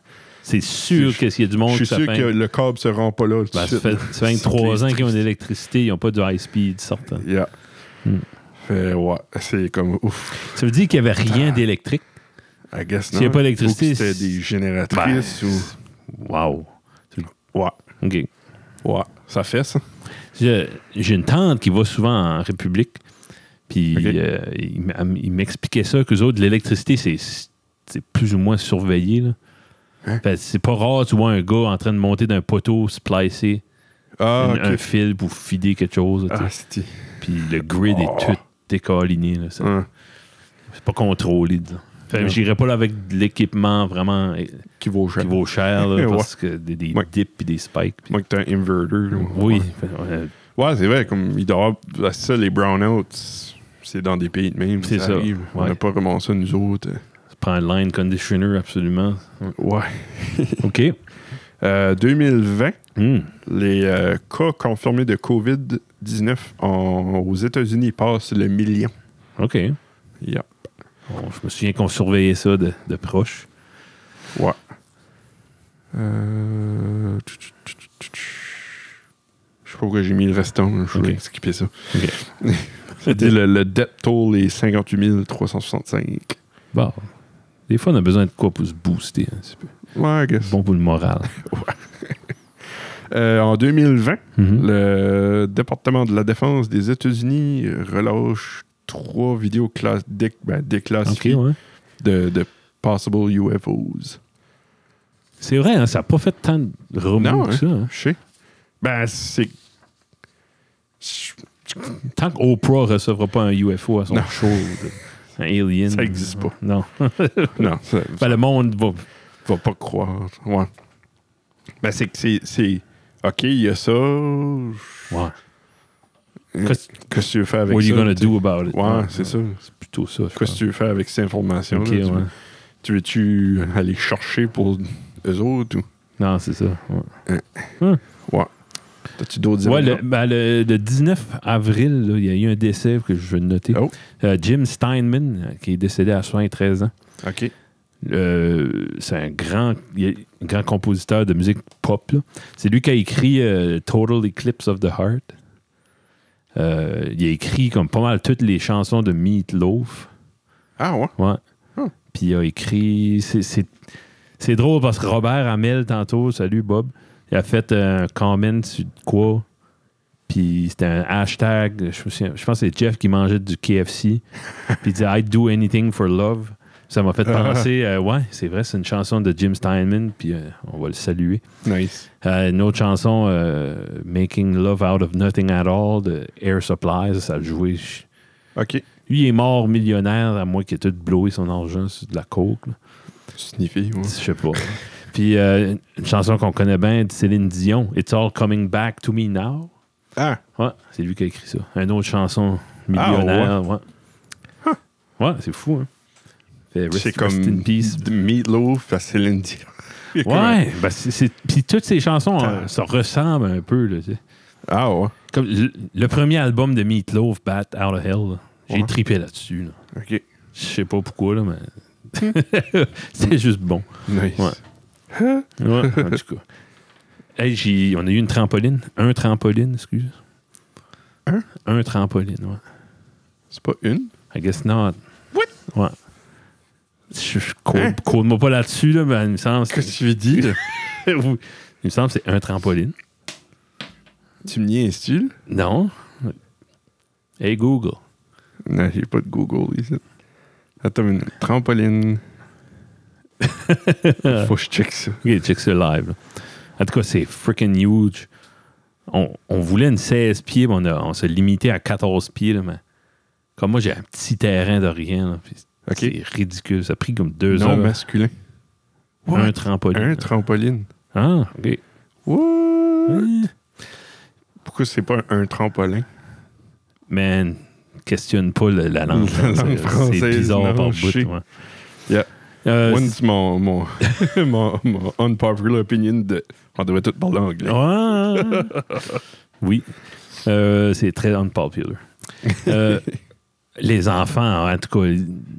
B: C'est sûr
A: Je-
B: que s'il y a du
A: Je
B: monde
A: suis
B: ça
A: sûr
B: fait-
A: que le câble se rend pas là. tout de
B: Ben, ça
A: suite.
B: fait, ça fait que
A: C'est
B: trois ans
A: les-
B: qu'ils ont de l'électricité, ils n'ont pas de high speed certain.
A: Yeah.
B: Hmm.
A: Fait, ouais, c'est comme ouf.
B: Ça veut dire qu'il n'y avait rien d'électrique.
A: I guess
B: S'il y a
A: non.
B: pas d'électricité,
A: Ou que
B: c'est- Ben,
A: C'était des génératrices
B: Wow.
A: ou. Ouais.
B: OK.
A: Ouais. Ça fait ça.
B: Je- J'ai une tante qui va souvent en République, puis
A: OK.
B: euh, il m- il m'expliquait ça, qu'eux autres, l'électricité, c'est- c'est plus ou moins surveillé. là.
A: Hein?
B: Fait que C'est pas rare, tu vois un gars en train de monter d'un poteau, splicer
A: Ah,
B: un,
A: ok.
B: un fil pour fider quelque chose. tu sais.
A: Ah, c'est.
B: Puis le grid
A: Oh.
B: est tout décaliné. là. C'est
A: Hein.
B: c'est pas contrôlé, disons. Fait que
A: Ouais.
B: J'irai pas là avec de l'équipement vraiment euh,
A: qui vaut cher.
B: qui vaut cher,
A: Ouais.
B: là, parce que des, des
A: Ouais.
B: dips et des spikes. puis-
A: Moi, que t'as un inverter. là.
B: oui, fait- euh, ouais,
A: Ouais, c'est vrai, comme il doit avoir- bah, ça, les brownouts, c'est dans des pays de même.
B: C'est ça,
A: arrive. On
B: ouais.
A: n'a pas comment ça, nous autres.
B: prends le line conditioner, absolument.
A: Ouais.
B: OK.
A: Euh, 2020,
B: Hmm.
A: les euh, cas confirmés de COVID-19 en- aux États-Unis passent le million.
B: OK.
A: Yeah.
B: Bon, je me souviens qu'on surveillait ça de, de proche.
A: Ouais. Euh, tch, tch, tch, tch, tch. Je sais pas pourquoi j'ai mis le restant. là. Je voulais
B: Ok.
A: skipper ça.
B: Ok.
A: Ça dit le, le death toll est 58 365.
B: Bon. Des fois, on a besoin de quoi pour se booster un petit peu.
A: Ouais, I guess.
B: Bon pour le moral.
A: Euh, en 2020,
B: Mhm.
A: le département de la défense des États-Unis relâche trois vidéos classe dé- ben,
B: OK,
A: déclassifiées
B: ouais.
A: de, de possible UFOs.
B: C'est vrai, hein, ça n'a pas fait tant de remous
A: Non,
B: que
A: hein.
B: ça. hein.
A: Je sais. Ben, c'est. Ça
B: Tant qu'Oprah ne recevra pas un UFO à son
A: Non.
B: show, de- un alien.
A: existe pas.
B: Non.
A: Non, ça,
B: Ben, le monde va.
A: va pas croire. Ouais. Ben, c'est que c'est- c'est. Ok, il y a ça.
B: Ouais.
A: Qu'est-ce que tu veux faire avec
B: What
A: ça?
B: are you gonna
A: tu sais?
B: do about it?
A: Ouais, c'est ça.
B: C'est plutôt ça. je
A: Qu'est-ce que tu veux faire avec cette information
B: pense. OK, ouais.
A: Tu veux-tu aller chercher pour eux autres ou.
B: Non, c'est ça. ouais.
A: T'as-tu d'autres
B: Ouais, le,
A: événements?
B: ben, le, le 19 avril, là, il y a eu un décès que je veux noter.
A: Oh.
B: Euh, Jim Steinman, euh, qui est décédé à 73 ans.
A: Ok.
B: Euh, c'est un grand, il est un grand compositeur de musique pop. là. C'est lui qui a écrit euh, Total Eclipse of the Heart. Euh, il a écrit comme pas mal toutes les chansons de Meat Loaf.
A: Ah, ouais.
B: Ouais.
A: Hmm.
B: Puis il a écrit. c'est- C'est c'est drôle parce que Robert Hamel, tantôt, salut Bob, il a fait un comment sur de quoi. Puis c'était un hashtag. Je, me souviens- je pense que c'est Jeff qui mangeait du KFC. Puis il disait I'd do anything for love. Ça m'a fait penser. euh, ouais, c'est vrai, c'est une chanson de Jim Steinman. Puis euh, on va le saluer.
A: Nice.
B: Euh, une autre chanson, euh, Making Love Out of Nothing at All, de Air Supplies. Ça a joué. je-
A: Ok.
B: lui, il est mort millionnaire, à moins qu'il ait tout bloué son argent sur de la coke. là.
A: Sniffy, ouais.
B: Je sais pas. Puis euh, une chanson qu'on connaît bien de Céline Dion, It's All Coming Back to Me Now.
A: Ah,
B: Ouais, c'est lui qui a écrit ça. Une autre chanson millionnaire.
A: Ah,
B: ouais, ouais. c'est fou. Hein? Fait rest-
A: c'est comme
B: Rest in peace.
A: de Meatloaf à Céline Dion. Il y a comme un-
B: Ouais, ben, c'est- c'est- puis toutes ces chansons,
A: Putain.
B: hein, ça ressemble un peu. Là, tu sais.
A: Ah, ouais.
B: comme le, le premier album de Meatloaf, Bat Out of Hell, là, j'ai
A: Ouais.
B: tripé là-dessus. là.
A: Ok.
B: Je sais pas pourquoi, là,
A: Hmm.
B: mais c'est juste bon.
A: Nice.
B: Ouais. Ouais, en tout cas. Hein? Hey, j'ai- on a eu une trampoline. Un trampoline, excuse.
A: Un?
B: Un trampoline, ouais.
A: C'est pas une?
B: I guess not.
A: What?
B: Ouais. Je, je code,
A: Hein?
B: moi pas là-dessus, là, mais il me semble.
A: Qu'est-ce que tu veux dire?
B: il me semble que c'est un trampoline.
A: tu me niaises-tu, là?
B: Non. Hey Google.
A: Non, j'ai pas de Google ici. Attends, une trampoline. Faut que je check ça.
B: Ok, check ça live. là. En tout cas, c'est freaking huge. On, on voulait une 16 pieds, mais on, a- on s'est limité à 14 pieds. là, mais comme moi, j'ai un petit terrain de rien. là, puis
A: Ok.
B: C'est ridicule. Ça a pris comme deux
A: Non
B: heures.
A: masculin. What?
B: Un trampoline.
A: Un trampoline.
B: ah, OK.
A: What?
B: Hein?
A: Pourquoi c'est pas un, un trampolin?
B: Man, questionne pas le- la langue.
A: La langue
B: C'est- C'est
A: française,
B: bizarre
A: non,
B: par
A: je
B: bout.
A: sais.
B: ouais.
A: Yeah.
B: Euh,
A: Moi, c'est mon, mon, mon, mon unpopular opinion de. On devrait tout parler anglais.
B: Oh, Ouais. oui. Euh, c'est très unpopular. Euh, les enfants, en tout cas,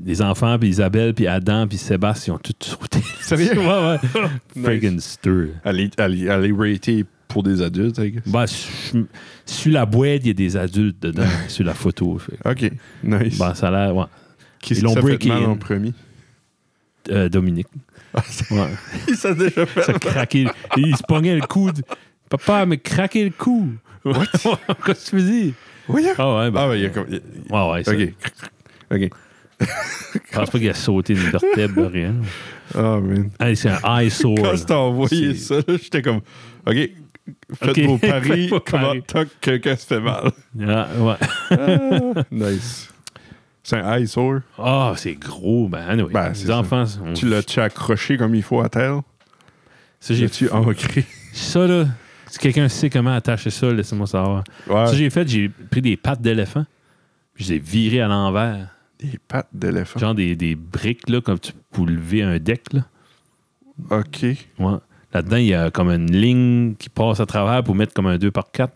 B: les enfants, puis Isabelle, puis Adam, puis Sébastien, ils ont tout sauté.
A: Sérieux?
B: ouais, ouais.
A: Nice.
B: Friggin' stir.
A: Allez, allez, allez rater pour des adultes, I guess.
B: Bah, su- sur la boîte, il y a des adultes dedans, sur la photo. Fait.
A: Ok, nice.
B: Bah, ça a l'air, ouais.
A: Qu'est-ce
B: ils l'ont
A: qui s'est fait
B: breaké
A: mal
B: in.
A: en premier?
B: Euh, Dominique. Ouais.
A: ça a déjà fait.
B: Ça craquait. Il se pognait le coude. Papa, mais craquer le cou. Qu'est-ce que tu me dis?
A: Voyons.
B: Ah ouais, ben,
A: Ah ouais, il y a comme. il- il-
B: ouais, ouais, ça-
A: Ok. Ok.
B: Je pense pas qu'il a sauté une vertèbre, rien.
A: Oh man.
B: Hey, c'est un eyesore.
A: Quand
B: là.
A: je t'ai envoyé
B: C'est-
A: ça, là, j'étais comme. Ok, faites
B: Ok,
A: vos
B: faites
A: paris,
B: vos
A: comment
B: paris.
A: toc, quelqu'un se fait mal.
B: Ah, ouais.
A: Ah, nice. C'est un eyesore.
B: Ah, c'est gros, man. Anyway,
A: Ben, c'est
B: les
A: ça.
B: enfants, on-
A: Tu l'as-tu accroché comme il faut à terre?
B: ça, j'ai-
A: L'as-tu ancré?
B: ça, là, si quelqu'un sait comment attacher ça, laissez-moi savoir. Ça,
A: Ouais.
B: j'ai fait, j'ai pris des pattes d'éléphant, puis je les ai virées à l'envers.
A: Des pattes d'éléphant.
B: Genre des, des briques, là, comme tu pour lever un deck, là.
A: OK.
B: Ouais. Là-dedans, il y a comme une ligne qui passe à travers pour mettre comme un 2x4.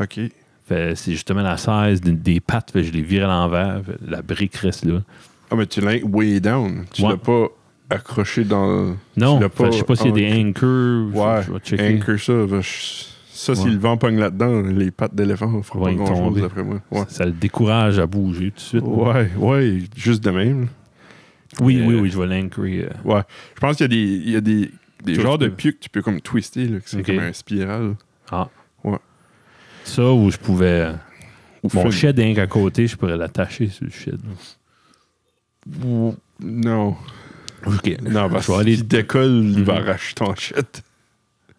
A: OK.
B: Fait, c'est justement la 16 d'une- des pattes. Fait, je les vire à l'envers. Fait, la brique reste là.
A: Ah, mais tu l'as way down. Tu
B: Ouais.
A: l'as pas accroché dans...
B: Non,
A: Tu l'as
B: fait,
A: pas
B: je sais pas s'il y a des anchors.
A: Ouais,
B: je vais checker.
A: anchor ça. va- je- Ça, si
B: Ouais.
A: le vent pogne là-dedans, les pattes d'éléphant ne feront
B: Ouais,
A: pas
B: ils
A: grand-chose,
B: tombent.
A: d'après moi. Ouais.
B: Ça, ça le décourage à bouger tout de suite.
A: ouais, ouais, juste de même.
B: Oui,
A: Euh,
B: oui, oui, je vais l'anchorer. euh.
A: Ouais. Je pense qu'il y a des, il y a des, des
B: Toi,
A: genres
B: tu
A: de
B: peux.
A: pieux que tu peux comme twister, là, que c'est
B: Ok.
A: comme un spirale.
B: Ah.
A: Ouais.
B: Ça, où je pouvais.
A: Ou
B: Mon
A: fin-
B: shed d'ink à côté, je pourrais l'attacher sur le shed.
A: ou- Non.
B: OK.
A: Non, parce
B: je vais aller-
A: qu'il décolle, il va
B: Mhm.
A: arracher ton shit.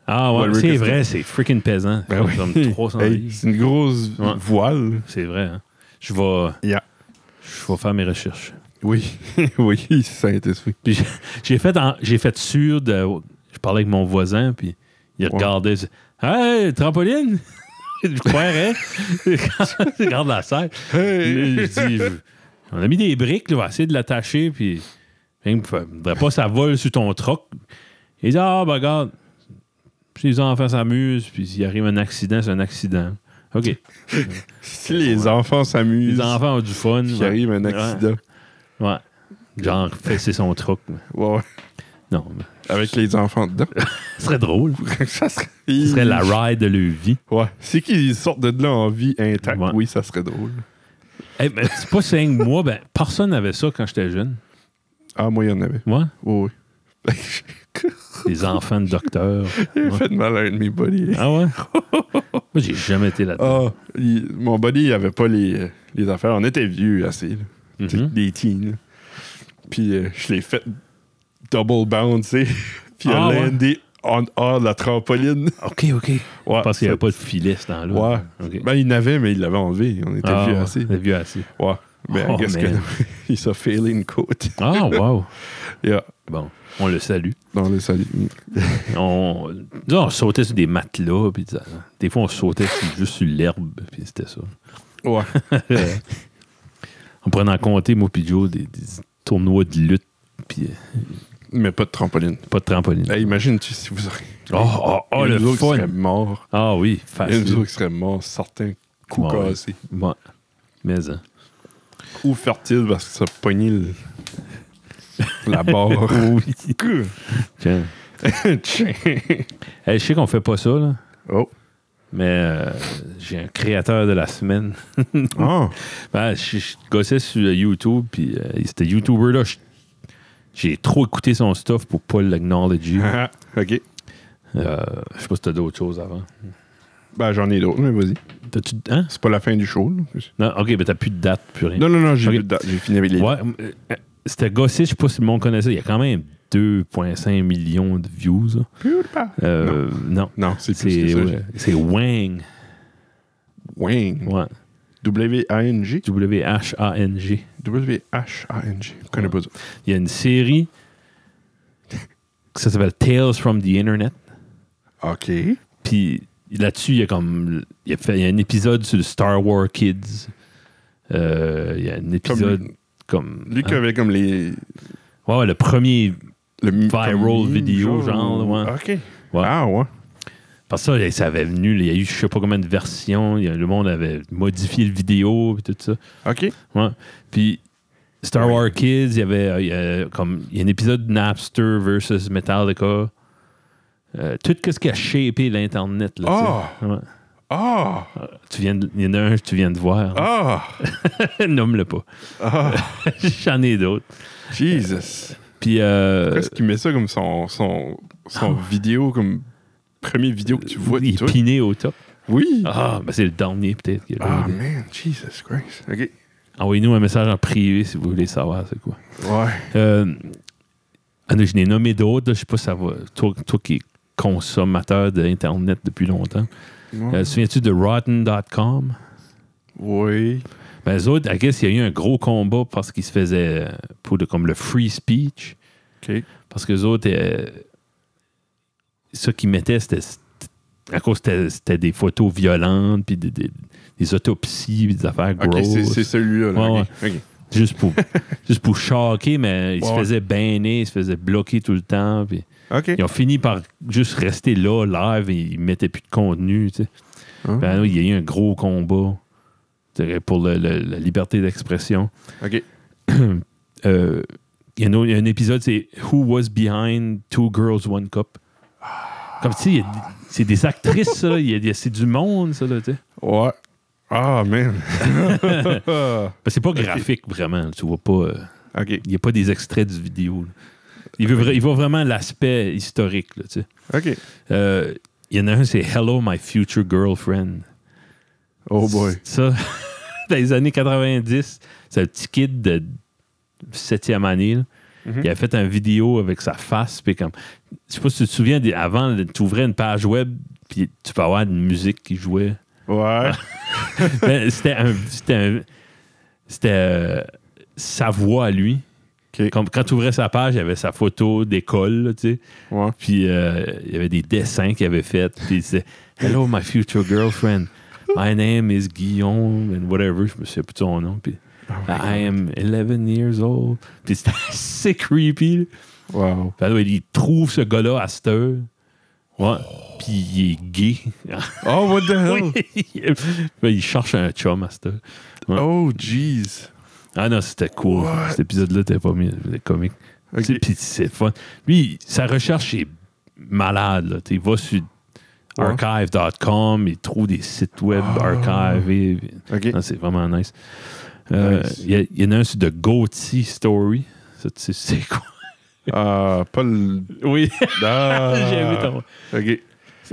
B: Ah,
A: Ouais,
B: ouais,
A: Rick
B: c'est
A: is
B: vrai, c'est freaking pesant.
A: Ben
B: C'est
A: oui.
B: Comme 300
A: Hey,
B: livres.
A: c'est une grosse
B: Ouais.
A: voile.
B: C'est vrai. hein. Je vais.
A: Yeah.
B: Je vais faire mes recherches.
A: Oui, oui, ça a été fait.
B: Puis j'ai- j'ai fait, en- j'ai fait sûr de. Je parlais avec mon voisin, puis il
A: Ouais.
B: regardait. il disait, Hey, trampoline! je croirais. Quand il regarde la serre.
A: Hey!
B: Là, je dis, je- on a mis des briques, là, on va essayer de l'attacher, puis. Il me fait- faudrait pas que ça vole sur ton troc. Il dit, ah, ben regarde. Puis les enfants s'amusent, puis s'il arrive un accident, c'est un accident. OK.
A: Si les enfants s'amusent,
B: Les enfants ont du fun.
A: il
B: ouais.
A: arrive un accident.
B: Ouais. Genre, fait, c'est son truc.
A: Ouais, ouais.
B: Non, mais
A: Avec les enfants dedans.
B: ce serait drôle.
A: ça serait,
B: Ce serait la ride de leur vie.
A: Ouais. C'est qu'ils sortent de là en vie intacte,
B: Ouais.
A: oui, ça serait drôle.
B: Eh, ben, c'est pas cinq mois, ben, personne n'avait ça quand j'étais jeune.
A: Ah, moi, il y en avait.
B: Moi,
A: Oui, oui.
B: les enfants de docteur.
A: J'ai
B: Ouais.
A: fait mal à un de mes buddies.
B: Ah ouais? Moi, j'ai jamais été là-dedans.
A: Ah, il- mon buddy, il avait pas les, euh, les affaires. On était vieux assez, là.
B: Mhm.
A: des teens. là. Puis euh, je l'ai fait double bouncer. Puis il a
B: Ah, ouais.
A: landé en hors de la trampoline.
B: OK, OK. Ah,
A: Ouais,
B: Je pense qu'il n'y
A: ça-
B: avait pas de filet, ce temps-là.
A: Ouais.
B: OK.
A: Ben, il n'avait, mais il l'avait enlevé. On était
B: Ah,
A: vieux
B: ouais,
A: assez.
B: t'es vieux assez.
A: Ouais. Mais
B: Oh,
A: qu'est-ce que.
B: man.
A: il s'est failé une côte.
B: Ah, wow.
A: Yeah.
B: Bon, on le salue.
A: Dans le salut.
B: On, disons, on sautait sur des matelas. Puis, ça- des fois, on sautait sur- juste sur l'herbe. Puis c'était ça.
A: Ouais.
B: on prenait en compte, moi puis Joe, des, des tournois de lutte, puis euh,
A: Mais pas de trampoline.
B: pas de trampoline.
A: Hey, Imagine-tu si vous auriez.
B: oh, oh, oh,
A: Il y a
B: le
A: nous autres qui
B: fun!
A: serait mort.
B: Ah oui,
A: Il y a nous
B: facile.
A: autres qui serait mort, certains coups
B: Ouais, ouais.
A: cassés.
B: Ouais. Mais, hein.
A: Ou fertile parce que ça pognait le- la barre.
B: Oh,
A: oui.
B: Tiens. Hey, je sais qu'on fait pas ça, là,
A: oh.
B: mais euh, j'ai un créateur de la semaine.
A: Ah.
B: Ben, je, je gossais sur YouTube, puis euh, c'était YouTuber, là. je- J'ai trop écouté son stuff pour pas l'acknowledger.
A: Ah, ok.
B: Euh, je sais pas si t'as d'autres choses avant.
A: Ben, j'en ai d'autres, mais vas-y.
B: T'as-tu. Hein?
A: C'est pas la fin du show. là.
B: Non, ok, mais t'as plus de date, plus rien.
A: Non, non, non, j'ai
B: Ok.
A: plus de date. J'ai fini avec les.
B: Ouais, euh, euh, c'était gossé, je sais pas si le monde connaissait. Il y a quand même 2,5 millions de views. là. Euh, non.
A: Non, c'est plus que
B: C'est
A: ça.
B: ouais, c'est Wang.
A: Wang.
B: Ouais.
A: W-A-N-G.
B: W-H-A-N-G.
A: W-H-A-N-G. Je connais
B: Ouais.
A: pas ça.
B: Il y a une série que ça s'appelle Tales from the Internet.
A: Ok.
B: Puis là-dessus, il y a comme. Il y a, fait- il y a un épisode sur le Star Wars Kids. Euh, il y a un épisode comme.
A: Lui qui
B: hein?
A: avait comme les.
B: Ouais, ouais, le premier.
A: euh, Le mi-
B: Viral
A: comme meme,
B: vidéo, genre, ouais.
A: Ok. Ah, ouais.
B: Parce que ça, ça avait venu, il y a eu je sais pas combien de versions, il y a- le monde avait modifié le vidéo et tout ça.
A: Ok.
B: Ouais. Puis Star Wars Kids, il y avait euh, il y a comme il y a un épisode de Napster versus Metallica. Euh, tout ce qui a shapé l'Internet. là, tu sais. Ouais.
A: Ah!
B: Tu viens de- Il y en a un que tu viens de voir.
A: Ah!
B: Nomme-le pas.
A: Ah!
B: J'en ai d'autres.
A: Jesus!
B: Puis, euh,
A: Pourquoi est-ce qu'il met ça comme son, son, son vidéo, comme première vidéo que tu vois
B: il
A: de
B: est
A: toi?
B: piné au top.
A: Oui!
B: Ah, ben c'est le dernier peut-être. qu'il y a
A: Ah,
B: là.
A: man, Jesus Christ. OK.
B: Envoyez-nous un message en privé si vous voulez savoir c'est quoi.
A: Ouais.
B: Euh, ah non, je n'ai nommé d'autres. là, Je sais pas si ça va. Toi, toi qui es consommateur
A: Mhm.
B: d'Internet depuis longtemps.
A: Ouais.
B: Euh, Souviens-tu de Rotten.com?
A: Oui.
B: Ben, eux autres, I guess, il y a eu un gros combat parce qu'ils se faisaient euh, pour le- comme le free speech.
A: OK.
B: Parce que les autres, euh, ce qu'ils mettaient, c'était. À cause, c'était c'était des photos violentes, puis des, des- des autopsies, puis des affaires
A: OK,
B: grosses.
A: c'est- c'est celui-là. là.
B: Ouais,
A: OK, OK.
B: juste, pour, juste pour choquer, mais ils se
A: Ouais.
B: faisaient banner, ils se faisaient bloquer tout le temps. Puis
A: OK.
B: ils ont fini par juste rester là, live, et ils mettaient plus de contenu. tu sais.
A: Ah.
B: Ben, il y a eu un gros combat je dirais, pour le- le- la liberté d'expression.
A: OK.
B: Euh, il y a un, autre- il y a un épisode, c'est Who Was Behind Two Girls, One Cup. Comme tu sais, il y a- c'est des actrices, ça. il y a- il y a- c'est du monde, ça. Là, tu sais.
A: Ouais. Ah, man.
B: Ben, c'est pas graphique, vraiment. Tu vois pas. euh,
A: OK.
B: il n'y a pas des extraits du vidéo. là. Il, veut vra- il voit vraiment l'aspect historique. là, tu sais.
A: OK.
B: Euh, il y en a un, c'est Hello, my future girlfriend.
A: Oh boy.
B: Ça, dans les années 90, c'est un petit kid de 7e année. là.
A: Mhm.
B: Il a fait une vidéo avec sa face. Puis comme, je sais pas si tu te souviens, des- avant, tu ouvrais une page web, puis tu peux avoir une musique qui jouait.
A: Ouais.
B: Ben, c'était un. C'était un- c'était, euh, sa voix à lui.
A: OK.
B: Comme, quand tu ouvrais sa page, il y avait sa photo d'école, là, tu sais.
A: Ouais.
B: Puis euh, il y avait des dessins qu'il avait fait. Puis c'est Hello, my future girlfriend. My name is Guillaume and whatever. Je me souviens plus de son nom. Puis I am 11 years old. Puis c'était assez creepy. là.
A: Wow.
B: By the way, il trouve ce gars-là à cette heure. Ouais. Puis il est gay.
A: Oh, what the hell?
B: Ben, il cherche un chum à cette heure.
A: Oh, jeez.
B: Ah non, c'était cool.
A: What?
B: Cet épisode-là était pas mis, c'était comique.
A: Ok.
B: Tu sais, Puis c'est fun. Lui, sa recherche est malade. Là. Tu sais, Il va sur
A: Ouais. Ah.
B: archive.com, il trouve des sites web archivés.
A: OK.
B: Non, c'est vraiment nice. Euh,
A: Nice.
B: Il y a- il y, en a un sur The Goatee Story. Ça, tu sais, c'est quoi?
A: Ah, pas le...
B: Oui,
A: Ah.
B: j'ai aimé ton-
A: OK.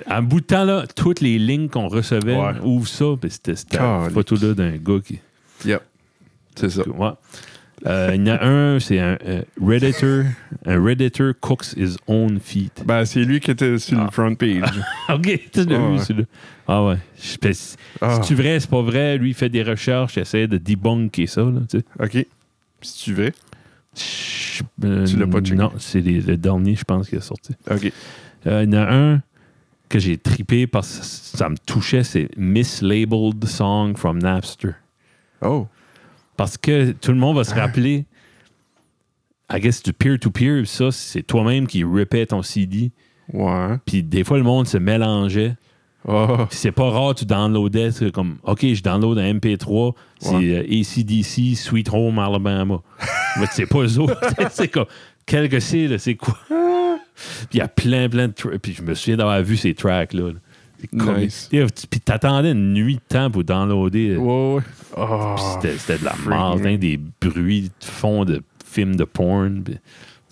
B: En bout de temps, là, toutes les lignes qu'on recevait,
A: Ouais.
B: ouvre ça, puis c'était cette
A: Calique.
B: photo-là d'un gars qui...
A: Yep. C'est ça.
B: Ouais. Euh, il y en a un, c'est un euh, Redditor. un Redditor cooks his own feet.
A: Ben, c'est lui qui était sur le
B: Ah.
A: front page.
B: ok, tu l'as
A: Ah
B: vu
A: ouais.
B: celui-là. Ah ouais. Je sais- si
A: Ah,
B: tu vrai, c'est pas vrai. Lui, il fait des recherches, il essaie de debunker ça. Là, tu sais.
A: OK. Si tu veux.
B: Je- euh,
A: Tu l'as pas checké?
B: Non, c'est les- le dernier, je pense, qui est sorti.
A: OK.
B: Euh, il y en a un que j'ai tripé parce que ça me touchait, c'est Mislabeled Song from Napster.
A: Oh.
B: Parce que tout le monde va se rappeler, I guess, du peer-to-peer, ça, c'est toi-même qui répète ton CD.
A: Ouais.
B: Puis des fois, le monde se mélangeait.
A: Oh.
B: Puis c'est pas rare, tu downloadais, c'est comme, OK, je download un MP3, c'est
A: Ouais.
B: euh, ACDC, Sweet Home Alabama. Mais c'est pas eux autres. c'est comme, quel que c'est, là, c'est quoi? Puis il y a plein, plein de tracks. Puis je me souviens d'avoir vu ces tracks-là. là. C'est comme-
A: Nice.
B: Et, euh, tu- Puis t'attendais une nuit de temps pour downloader. euh,
A: Ouais, ouais. Oh.
B: puis c'était- C'était de la
A: freaking.
B: merde, hein, des bruits de fond de films de porn. puis tu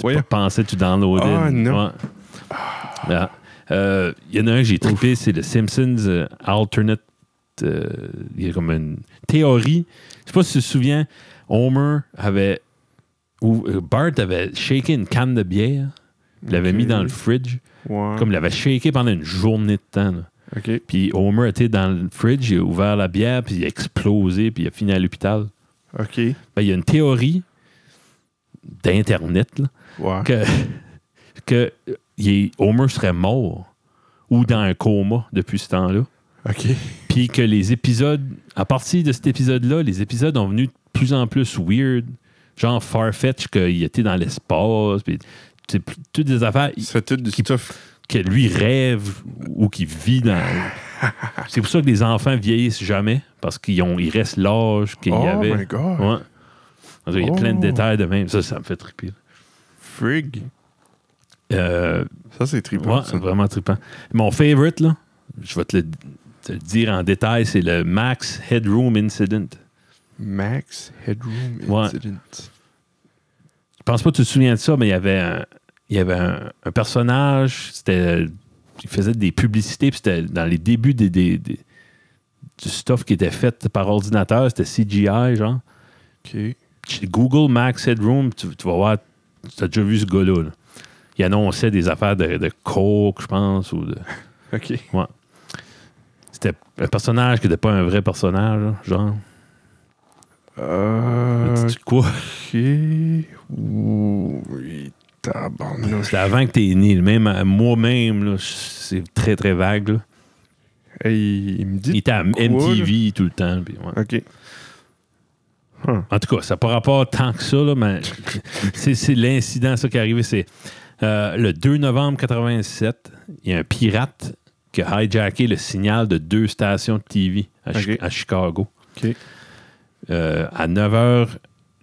A: Voyons.
B: pensais que tu downloadais.
A: Ah,
B: une-
A: non.
B: ouais. Ah. Euh, Il y en a un que j'ai trippé, c'est le Simpsons euh, Alternate. euh, Il y a comme une théorie. Je sais pas si tu te souviens, Homer avait. Ou euh, Bart avait shaké une canne de bière, il l'avait
A: Ok. Ah.
B: mis dans le fridge,
A: Oh. Ouais.
B: comme il l'avait shaké pendant une journée de temps. là.
A: OK.
B: Puis Homer était dans le fridge, il a ouvert la bière, puis il a explosé, puis il a fini à l'hôpital.
A: OK.
B: Ben, il y a une théorie d'Internet là,
A: Ouais.
B: que, que euh, il est- Homer serait mort ou dans un coma depuis ce temps-là.
A: OK.
B: Puis que les épisodes, à partir de cet épisode-là, les épisodes ont venu de plus en plus weird. Genre Farfetch, qu'il était dans l'espace, puis c'est pl- toutes des affaires i-
A: C'est tout du
B: Qui-
A: stuff.
B: que lui rêve ou qu'il vit dans. C'est pour ça que les enfants vieillissent jamais, parce qu'ils ont, ils restent l'âge qu'il
A: Oh
B: y avait.
A: my God.
B: Ouais. En tout cas, Il y a plein de
A: Oh.
B: détails de même. Ça, ça me fait triper.
A: Frig.
B: Euh,
A: Ça, c'est trippant.
B: ouais,
A: ça.
B: vraiment trippant. Mon favorite, là, je vais te le, te le dire en détail, c'est le Max Headroom Incident.
A: Max Headroom
B: Ouais.
A: Incident.
B: Je pense pas que tu te souviens de ça, mais il y avait un, il y avait un, un personnage, c'était, il faisait des publicités, puis c'était dans les débuts des, des- des- du stuff qui était fait par ordinateur, c'était CGI, genre.
A: OK.
B: Tu- Google Max Headroom, tu, tu vas voir, tu as déjà vu ce gars-là. là. Il annonçait des affaires de, de coke, je pense, ou de...
A: OK.
B: C'était un personnage qui n'était pas un vrai personnage, là, genre.
A: Euh,
B: Tu- tu- Quoi?
A: ok. Oui, tabarnouche.
B: C'est avant que t'es né. le Même, à- moi-même, là, c'est très, très vague. là.
A: Hey, il me
B: Il
A: dit.
B: était à
A: Quoi,
B: MTV tout le temps. puis ouais.
A: Ok.
B: En tout cas, ça n'a pas rapport tant que ça, là, mais c'est, c'est l'incident ça, qui est arrivé. C'est euh, le 2 novembre 87, il y a un pirate qui a hijacké le signal de deux stations de TV à, Chi-
A: Ok.
B: à Chicago.
A: Ok.
B: Euh, à 9 h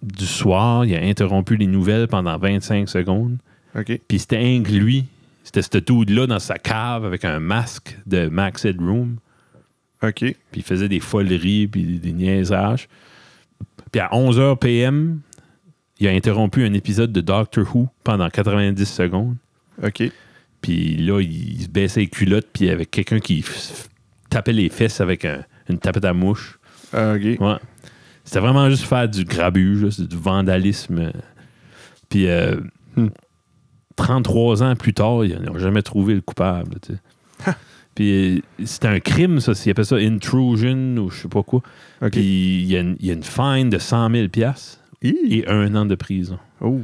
B: du soir, il a interrompu les nouvelles pendant 25 secondes.
A: Ok.
B: Puis c'était un que lui, c'était ce dude-là dans sa cave avec un masque de Max Headroom.
A: Ok.
B: Puis il faisait des foleries, puis des, des niaisages. Puis à 11h PM, il a interrompu un épisode de Doctor Who pendant 90 secondes.
A: Ok.
B: Puis là, il se baissait les culottes, puis il y avait quelqu'un qui f- tapait les fesses avec un- une tapette à mouche.
A: Ok.
B: Ouais. C'était vraiment juste faire du grabuge, là, c'est du vandalisme. Puis euh,
A: Hmm.
B: 33 ans plus tard, ils n'ont jamais trouvé le coupable. tu sais. Puis euh, c'était un crime, ça. Ils appellent ça intrusion ou je sais pas quoi.
A: Ok.
B: Puis il y, a une- il y a une fine de 100 000 piastres
A: Hi.
B: et un an de prison.
A: Oh.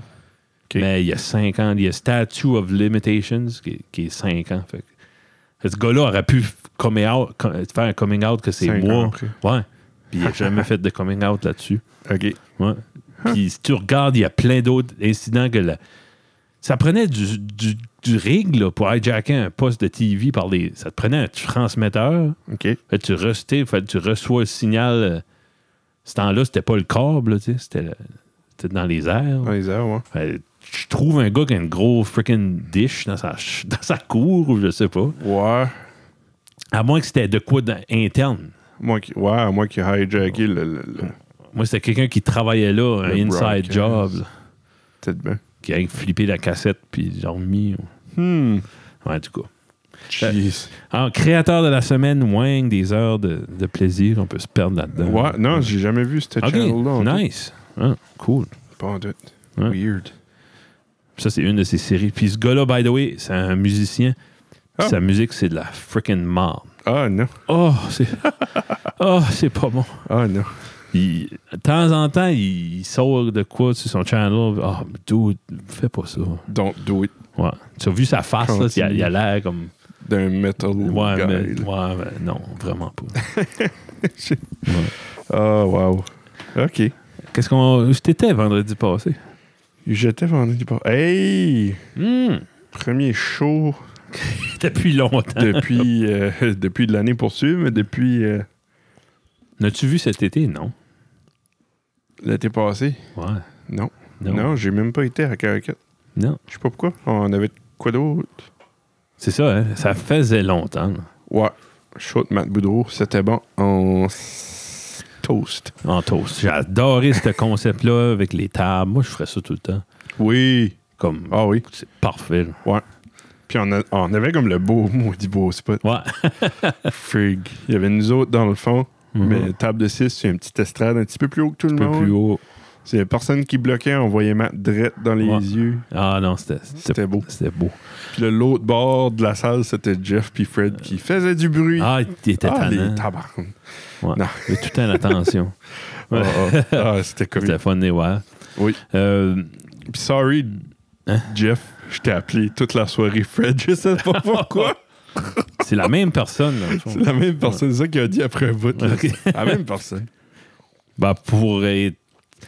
A: Ok.
B: Mais il y a 5 ans. Il y a Statue of Limitations qui, qui est 5 ans. Fait que- ce gars-là aurait pu coming out- com- faire un coming out que c'est
A: Cinq ans
B: moi.
A: après.
B: Ouais. Puis il n'a jamais fait de coming out là-dessus.
A: Ok.
B: Ouais. Puis si tu regardes, il y a plein d'autres incidents que la- ça prenait du, du, du rig là, pour hijacker un poste de TV par les. Ça te prenait un transmetteur.
A: Ok.
B: Fait que tu restais, fait que tu reçois le signal. euh, Ce temps-là, c'était pas le câble, là, tu sais, c'était le- c'était dans les airs.
A: Dans les airs, ouais.
B: Fait que je trouve un gars qui a une gros freaking dish dans sa, ch- dans sa cour ou je sais pas.
A: Ouais.
B: À moins que c'était de quoi d'in- interne.
A: Moi qui, ouais, moi qui ai hijacké le, le, le-
B: Moi, c'était quelqu'un qui travaillait là, un
A: Le
B: inside
A: broadcast.
B: job, là,
A: Peut-être bien.
B: qui a flippé la cassette puis ils l'ont remis.
A: Hmm.
B: Ouais, en tout cas.
A: Jeez.
B: Alors, créateur de la semaine, Wang, des heures de, de plaisir, on peut se perdre là-dedans.
A: Ouais, non, j'ai jamais vu cette
B: Ok,
A: channel-là. en tout.
B: nice. Ah, cool.
A: Pas en doute.
B: Ouais.
A: Weird.
B: Ça, c'est une de ses séries. Puis ce gars-là, by the way, c'est un musicien. Puis
A: Ah.
B: Sa musique, c'est de la freaking mort.
A: Ah non.
B: Oh, c'est. oh, c'est pas bon.
A: Ah non.
B: Il- De temps en temps, il il sort de quoi sur son channel. Ah, oh, dude, fais pas ça.
A: Don't do it.
B: Ouais. Tu as vu sa face, là, il a- il a l'air comme.
A: D'un metal
B: Ouais,
A: guy.
B: mais,
A: là.
B: ouais, mais non, vraiment pas.
A: Ah, wow. OK.
B: Qu'est-ce qu'on. Où t'étais vendredi passé?
A: J'étais vendredi pas. Hey!
B: Hmm,
A: Premier show
B: Depuis longtemps.
A: depuis, euh, depuis de l'année poursuivie, mais depuis euh,
B: N'as-tu vu cet été? Non.
A: l'été passé.
B: Ouais.
A: Non.
B: Non.
A: Non, j'ai même pas été à Caracat.
B: Non.
A: Je sais pas pourquoi. On avait de quoi d'autre?
B: C'est ça, hein? Ça faisait longtemps. là.
A: Ouais. Show de Matt Boudreau, c'était bon. On s- toast.
B: En toast. J'ai adoré ce concept-là avec les tables. Moi, je ferais ça tout le temps.
A: Oui.
B: Comme.
A: Ah oui.
B: C'est parfait. là.
A: Puis on, a- on avait comme le beau, maudit beau spot.
B: Ouais.
A: Frig. Il y avait nous autres dans le fond, mais table de 6, c'est une petite estrade un petit peu plus haut que tout
B: un
A: le
B: peu
A: monde.
B: plus haut.
A: C'est personne qui bloquait, on voyait Matt drette dans les
B: Ouais.
A: yeux.
B: Ah non, c'était. C'était
A: C'était beau.
B: c'était beau.
A: Puis le- l'autre bord de la salle, c'était Jeff puis Fred qui faisait du bruit.
B: Ah, il était
A: Euh, Ah, les
B: tannant.
A: tabarnes.
B: Ouais.
A: Non.
B: Il avait tout le temps l'attention. Ouais.
A: Ah, ah, ah, c'était comme...
B: C'était fun de les voir.
A: Oui.
B: Euh,
A: Puis sorry,
B: Hein?
A: Jeff, je t'ai appelé toute la soirée Fred, je sais pas pourquoi.
B: c'est la même personne, dans le fond.
A: C'est la même personne, c'est ça qu'il a dit après un bout. là.
B: Ok.
A: La même personne.
B: Ben, pour être-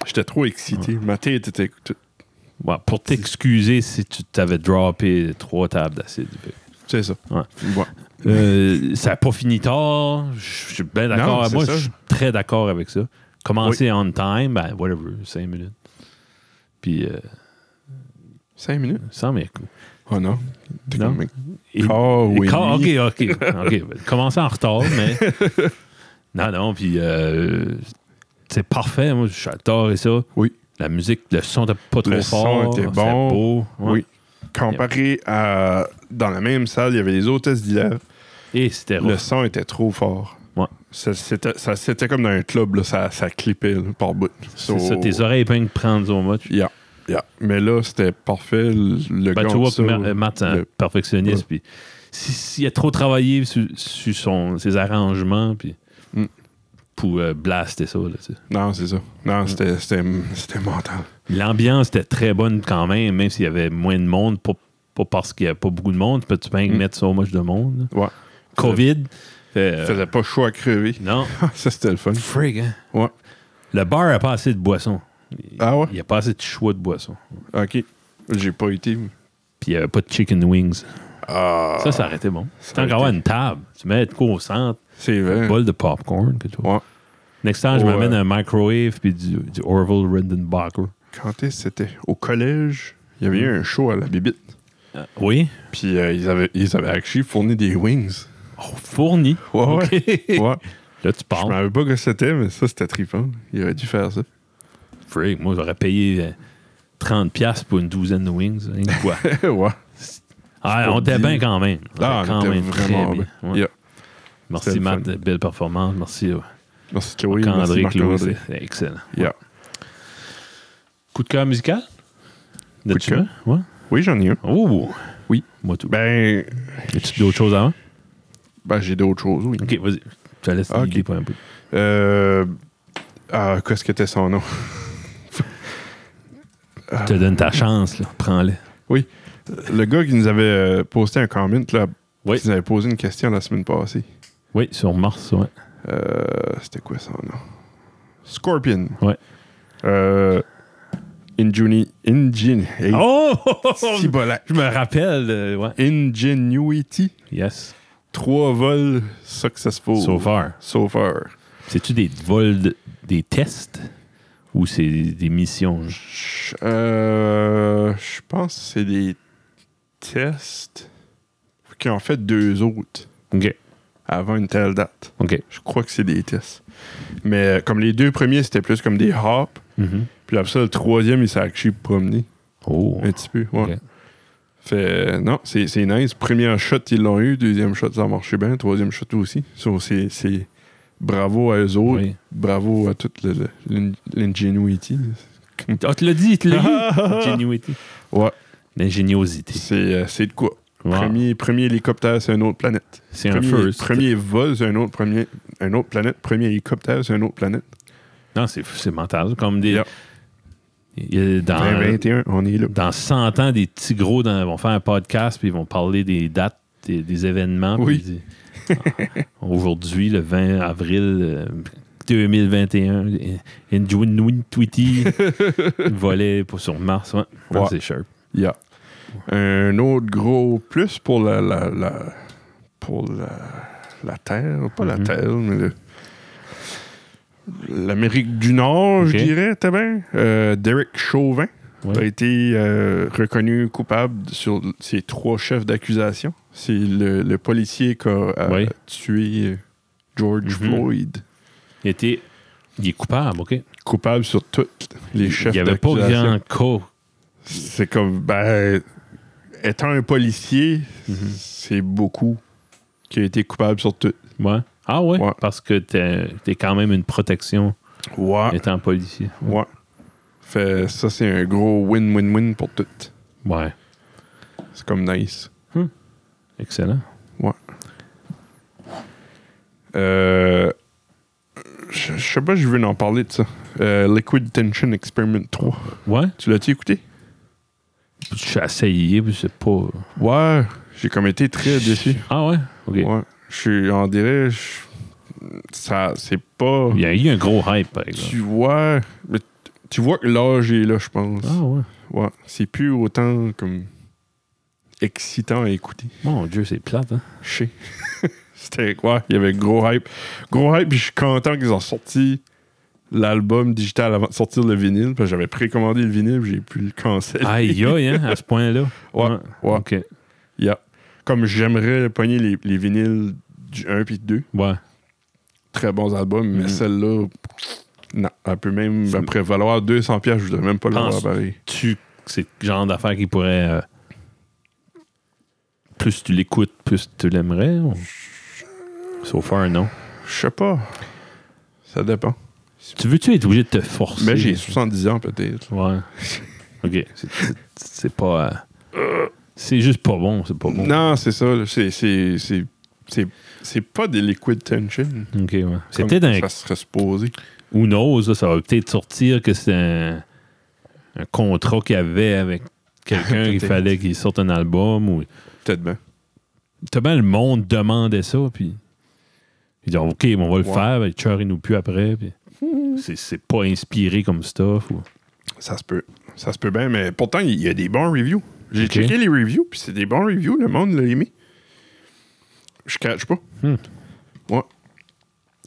A: J'étais trop excité. Ma tête était toute-
B: ouais, bah, pour t'excuser si tu t'avais droppé trois tables d'acide.
A: C'est ça.
B: Ouais.
A: Ouais.
B: Euh, ça n'a pas fini tard. Je suis bien
A: Non,
B: d'accord.
A: c'est
B: Moi,
A: ça.
B: je suis très d'accord avec ça. Commencer on time, ben, whatever, cinq minutes. Puis, euh,
A: Cinq minutes?
B: sans mes coups.
A: Oh non.
B: Non.
A: Comme-
B: Et-
A: Oh
B: et
A: oui.
B: quand- ok, ok. ok. Ben, Commencer en retard, mais. non, non, puis euh, c'est parfait. Moi, j'adore et ça.
A: Oui.
B: La musique, le son n'était pas trop
A: Le son
B: fort.
A: était
B: c'était
A: bon.
B: beau. Ouais.
A: Oui. Comparé à. Dans la même salle, il y avait les hôtesses d'hier.
B: Et c'était
A: Le
B: rough.
A: son était trop fort.
B: Ouais.
A: Ça, C'était ça- c'était comme dans un club, là, ça, ça clippait là, par bout. So-
B: C'est ça, tes oreilles peuvent prendre au match.
A: Yeah, yeah. Mais là, c'était parfait. Le le
B: Ben,
A: gars,
B: tu vois que
A: ça,
B: Ma- euh, Matt, c'est un
A: le-
B: perfectionniste. puis si- S'il a trop travaillé sur, sur son- ses arrangements, puis
A: Mm.
B: pour euh, blaster ça. là, tu sais.
A: Non, c'est ça.
B: Mm.
A: Non, c'était- c'était c'était mental.
B: L'ambiance était très bonne quand même, même s'il y avait moins de monde, pas, pas parce qu'il n'y avait pas beaucoup de monde. Peux-tu bien
A: Mm.
B: mettre so much de monde? là.
A: Ouais.
B: COVID. Fait, euh,
A: Ça faisait pas chaud à crever.
B: non.
A: ça, c'était le fun.
B: Frig, hein?
A: Ouais.
B: Le bar a pas assez de boissons.
A: Ah ouais?
B: Il n'y a pas assez de choix de boissons.
A: OK. J'ai pas été.
B: Puis il n'y avait pas de chicken wings.
A: Ah,
B: Ça, ça aurait été bon.
A: Ça
B: Tant
A: aurait été-
B: qu'à avoir une table, tu mets de quoi au centre,
A: c'est vrai.
B: un bol de popcorn. Que tu vois.
A: Ouais.
B: Next time, je
A: Oh,
B: m'amène
A: euh,
B: un microwave puis du, du Orville Redenbacher.
A: Quand est-ce que c'était? Au collège, il y avait eu un show à la bibite.
B: Oui?
A: Puis euh, ils, avaient, ils avaient actually fourni des wings.
B: Oh, fourni.
A: Ouais,
B: OK.
A: Ouais.
B: Là, tu
A: Je
B: parles.
A: me rappelle pas que c'était, mais ça, c'était trippant. Il aurait dû faire ça.
B: Frig, moi, j'aurais payé euh, 30$ piastres pour une douzaine de wings. rien que quoi.
A: ouais.
B: Ah,
A: pas
B: on était
A: dit.
B: bien quand même. On
A: Ah,
B: était quand
A: c'était
B: même très
A: vraiment bien.
B: Ouais.
A: Yeah.
B: Merci,
A: C'était le
B: Matt.
A: fun.
B: Belle performance. Merci, euh,
A: Merci, Joey.
B: Marc-André,
A: Merci,
B: Claude.
A: Marc-André.
B: C'est Excellent.
A: Yeah.
B: Coup de cœur musical? Coup
A: de cœur?
B: Ouais.
A: Oui, j'en ai un.
B: Oh!
A: Oui.
B: Moi, tout.
A: Ben,
B: y a-tu d'autres choses avant?
A: ben j'ai d'autres choses, oui.
B: Ok, vas-y. Je te laisse
A: Ah, ok.
B: l'idée pour un peu.
A: Euh, ah, qu'est-ce que était son nom? Ah.
B: Je te donne ta chance, là. Prends-le.
A: Le gars qui nous avait euh, posté un comment, là,
B: Oui.
A: qui nous avait posé une question la semaine passée.
B: Oui, sur Mars, ouais.
A: Euh, C'était quoi son nom? Scorpion.
B: Ouais.
A: Euh, Ingeni... Ingen... hey,
B: Oh!
A: Cibolac.
B: Je me rappelle, euh, ouais.
A: Ingenuity.
B: Yes.
A: Trois vols successful.
B: So far.
A: So far.
B: C'est-tu des vols, de- des tests ou c'est des missions?
A: Je euh, je pense que c'est des tests qui ont fait deux autres
B: Ok.
A: avant une telle date.
B: Ok.
A: Je crois que c'est des tests. Mais euh, comme les deux premiers, c'était plus comme des hops.
B: Mm-hmm.
A: Puis après ça, le troisième, il s'est actually promené
B: Oh.
A: un petit peu. Ouais.
B: Ok.
A: Fait, euh, non, c'est c'est nice. Premier shot, ils l'ont eu. Deuxième shot, ça a marché bien. Troisième shot aussi. So, c'est- c'est bravo à eux autres.
B: Oui.
A: Bravo à toute le- le- l'in- l'ingenuity.
B: Ah, tu l'as dit, tu l'as dit. Ingenuity.
A: Ouais,
B: L'ingéniosité.
A: c'est euh, c'est de quoi?
B: Wow.
A: Premier, premier hélicoptère, c'est une autre planète.
B: C'est un
A: Premier,
B: first.
A: premier vol, c'est une autre, premier, un autre planète. Premier hélicoptère, c'est une autre planète.
B: Non, c'est c'est mental. Comme des. Ah.
A: Yep.
B: Il y a Dans,
A: 2021, on est là.
B: dans 100 ans, des petits gros dans- vont faire un podcast puis ils vont parler des dates, des, des événements. puis
A: Oui.
B: ils disent, Ah, Aujourd'hui, le 20 avril euh, 2021, Injun Tweety volait pour, sur Mars. Ouais. Non,
A: Ouais.
B: C'est sharp.
A: Yeah. Un autre gros plus pour la, la, la- pour la, la Terre, pas la
B: Mhm.
A: Terre, mais le- l'Amérique du Nord,
B: Ok.
A: je dirais, t'as bien. Euh, Derek Chauvin
B: Ouais.
A: a été euh, reconnu coupable sur ces trois chefs d'accusation. C'est le, le policier qui a a
B: Ouais.
A: tué euh, George
B: Mhm.
A: Floyd.
B: Il était. Il est coupable, OK?
A: Coupable sur tous les chefs
B: Il n'y avait pas
A: d'accusation.
B: grand cas.
A: C'est comme, ben, étant un policier,
B: Mhm.
A: c'est beaucoup qui a été coupable sur tout.
B: Ouais. Ah ouais?
A: Ouais.
B: Parce que t'es t'es quand même une protection
A: Ouais.
B: étant policier.
A: Ouais. Fait, ça, c'est un gros win-win-win pour tout.
B: Ouais.
A: C'est comme nice.
B: Excellent.
A: Euh, je je sais pas, je veux en parler de ça. Euh, Liquid Tension Experiment 3.
B: Ouais?
A: Tu l'as-tu écouté?
B: J'ai essayé, mais c'est pas.
A: Ouais. J'ai comme été très déçu.
B: Ah ouais? OK.
A: Ouais. Je suis, on dirait, je- ça, c'est pas.
B: Il y a eu un gros hype, par exemple.
A: Tu vois, mais t- tu vois que l'âge est là, je pense.
B: Ah ouais.
A: Ouais, c'est plus autant comme excitant à écouter.
B: Mon Dieu, c'est plate, hein?
A: Je sais. C'était quoi? Il y avait gros hype. Gros hype, puis je suis content qu'ils ont sorti l'album digital avant de sortir le vinyle. Parce que j'avais précommandé le vinyle, puis j'ai pu le canceller.
B: Aïe, aïe, hein, à ce point-là.
A: Ouais, ouais.
B: OK.
A: Yeah. Comme j'aimerais pogner les, les vinyles du 1 puis du 2.
B: Ouais.
A: Très bons albums, mais
B: Mhm.
A: celle-là, non. Elle peut même,
B: C'est-
A: après valoir 200$, piastres, je voudrais même pas l'avoir
B: Pense-
A: pareil.
B: Tu. C'est le genre d'affaire qui pourrait. euh, plus tu l'écoutes, plus tu l'aimerais. ou- So far, non.
A: Je sais pas. Ça dépend.
B: Tu veux-tu être obligé de te forcer?
A: Mais j'ai 70 ans peut-être.
B: Ouais. OK. Ben, C'est- c'est- C'est pas. euh, c'est juste pas bon, c'est pas bon.
A: Non, c'est ça. là. C'est- C'est c'est C'est, c'est pas des liquid tension.
B: OK, ouais. C'est
A: comme
B: peut-être un.
A: Ça serait supposé.
B: Who knows, là, ça va peut-être sortir que c'est un, un contrat qu'il y avait avec quelqu'un qu'il
A: Peut-être.
B: fallait qu'il sorte un album. Ou...
A: Peut-être bien.
B: Tellement le monde demandait ça, puis. Ils disent OK, mais on va le
A: Ouais.
B: faire, ben, le tueur, il nous pue après. puis C'est, c'est pas inspiré comme stuff. ou-
A: Ça se peut. Ça se peut bien, mais pourtant, il y a des bons reviews. J'ai
B: Ok.
A: checké les reviews, puis c'est des bons reviews. Le monde l'a aimé. Je catch pas.
B: Hmm.
A: Ouais.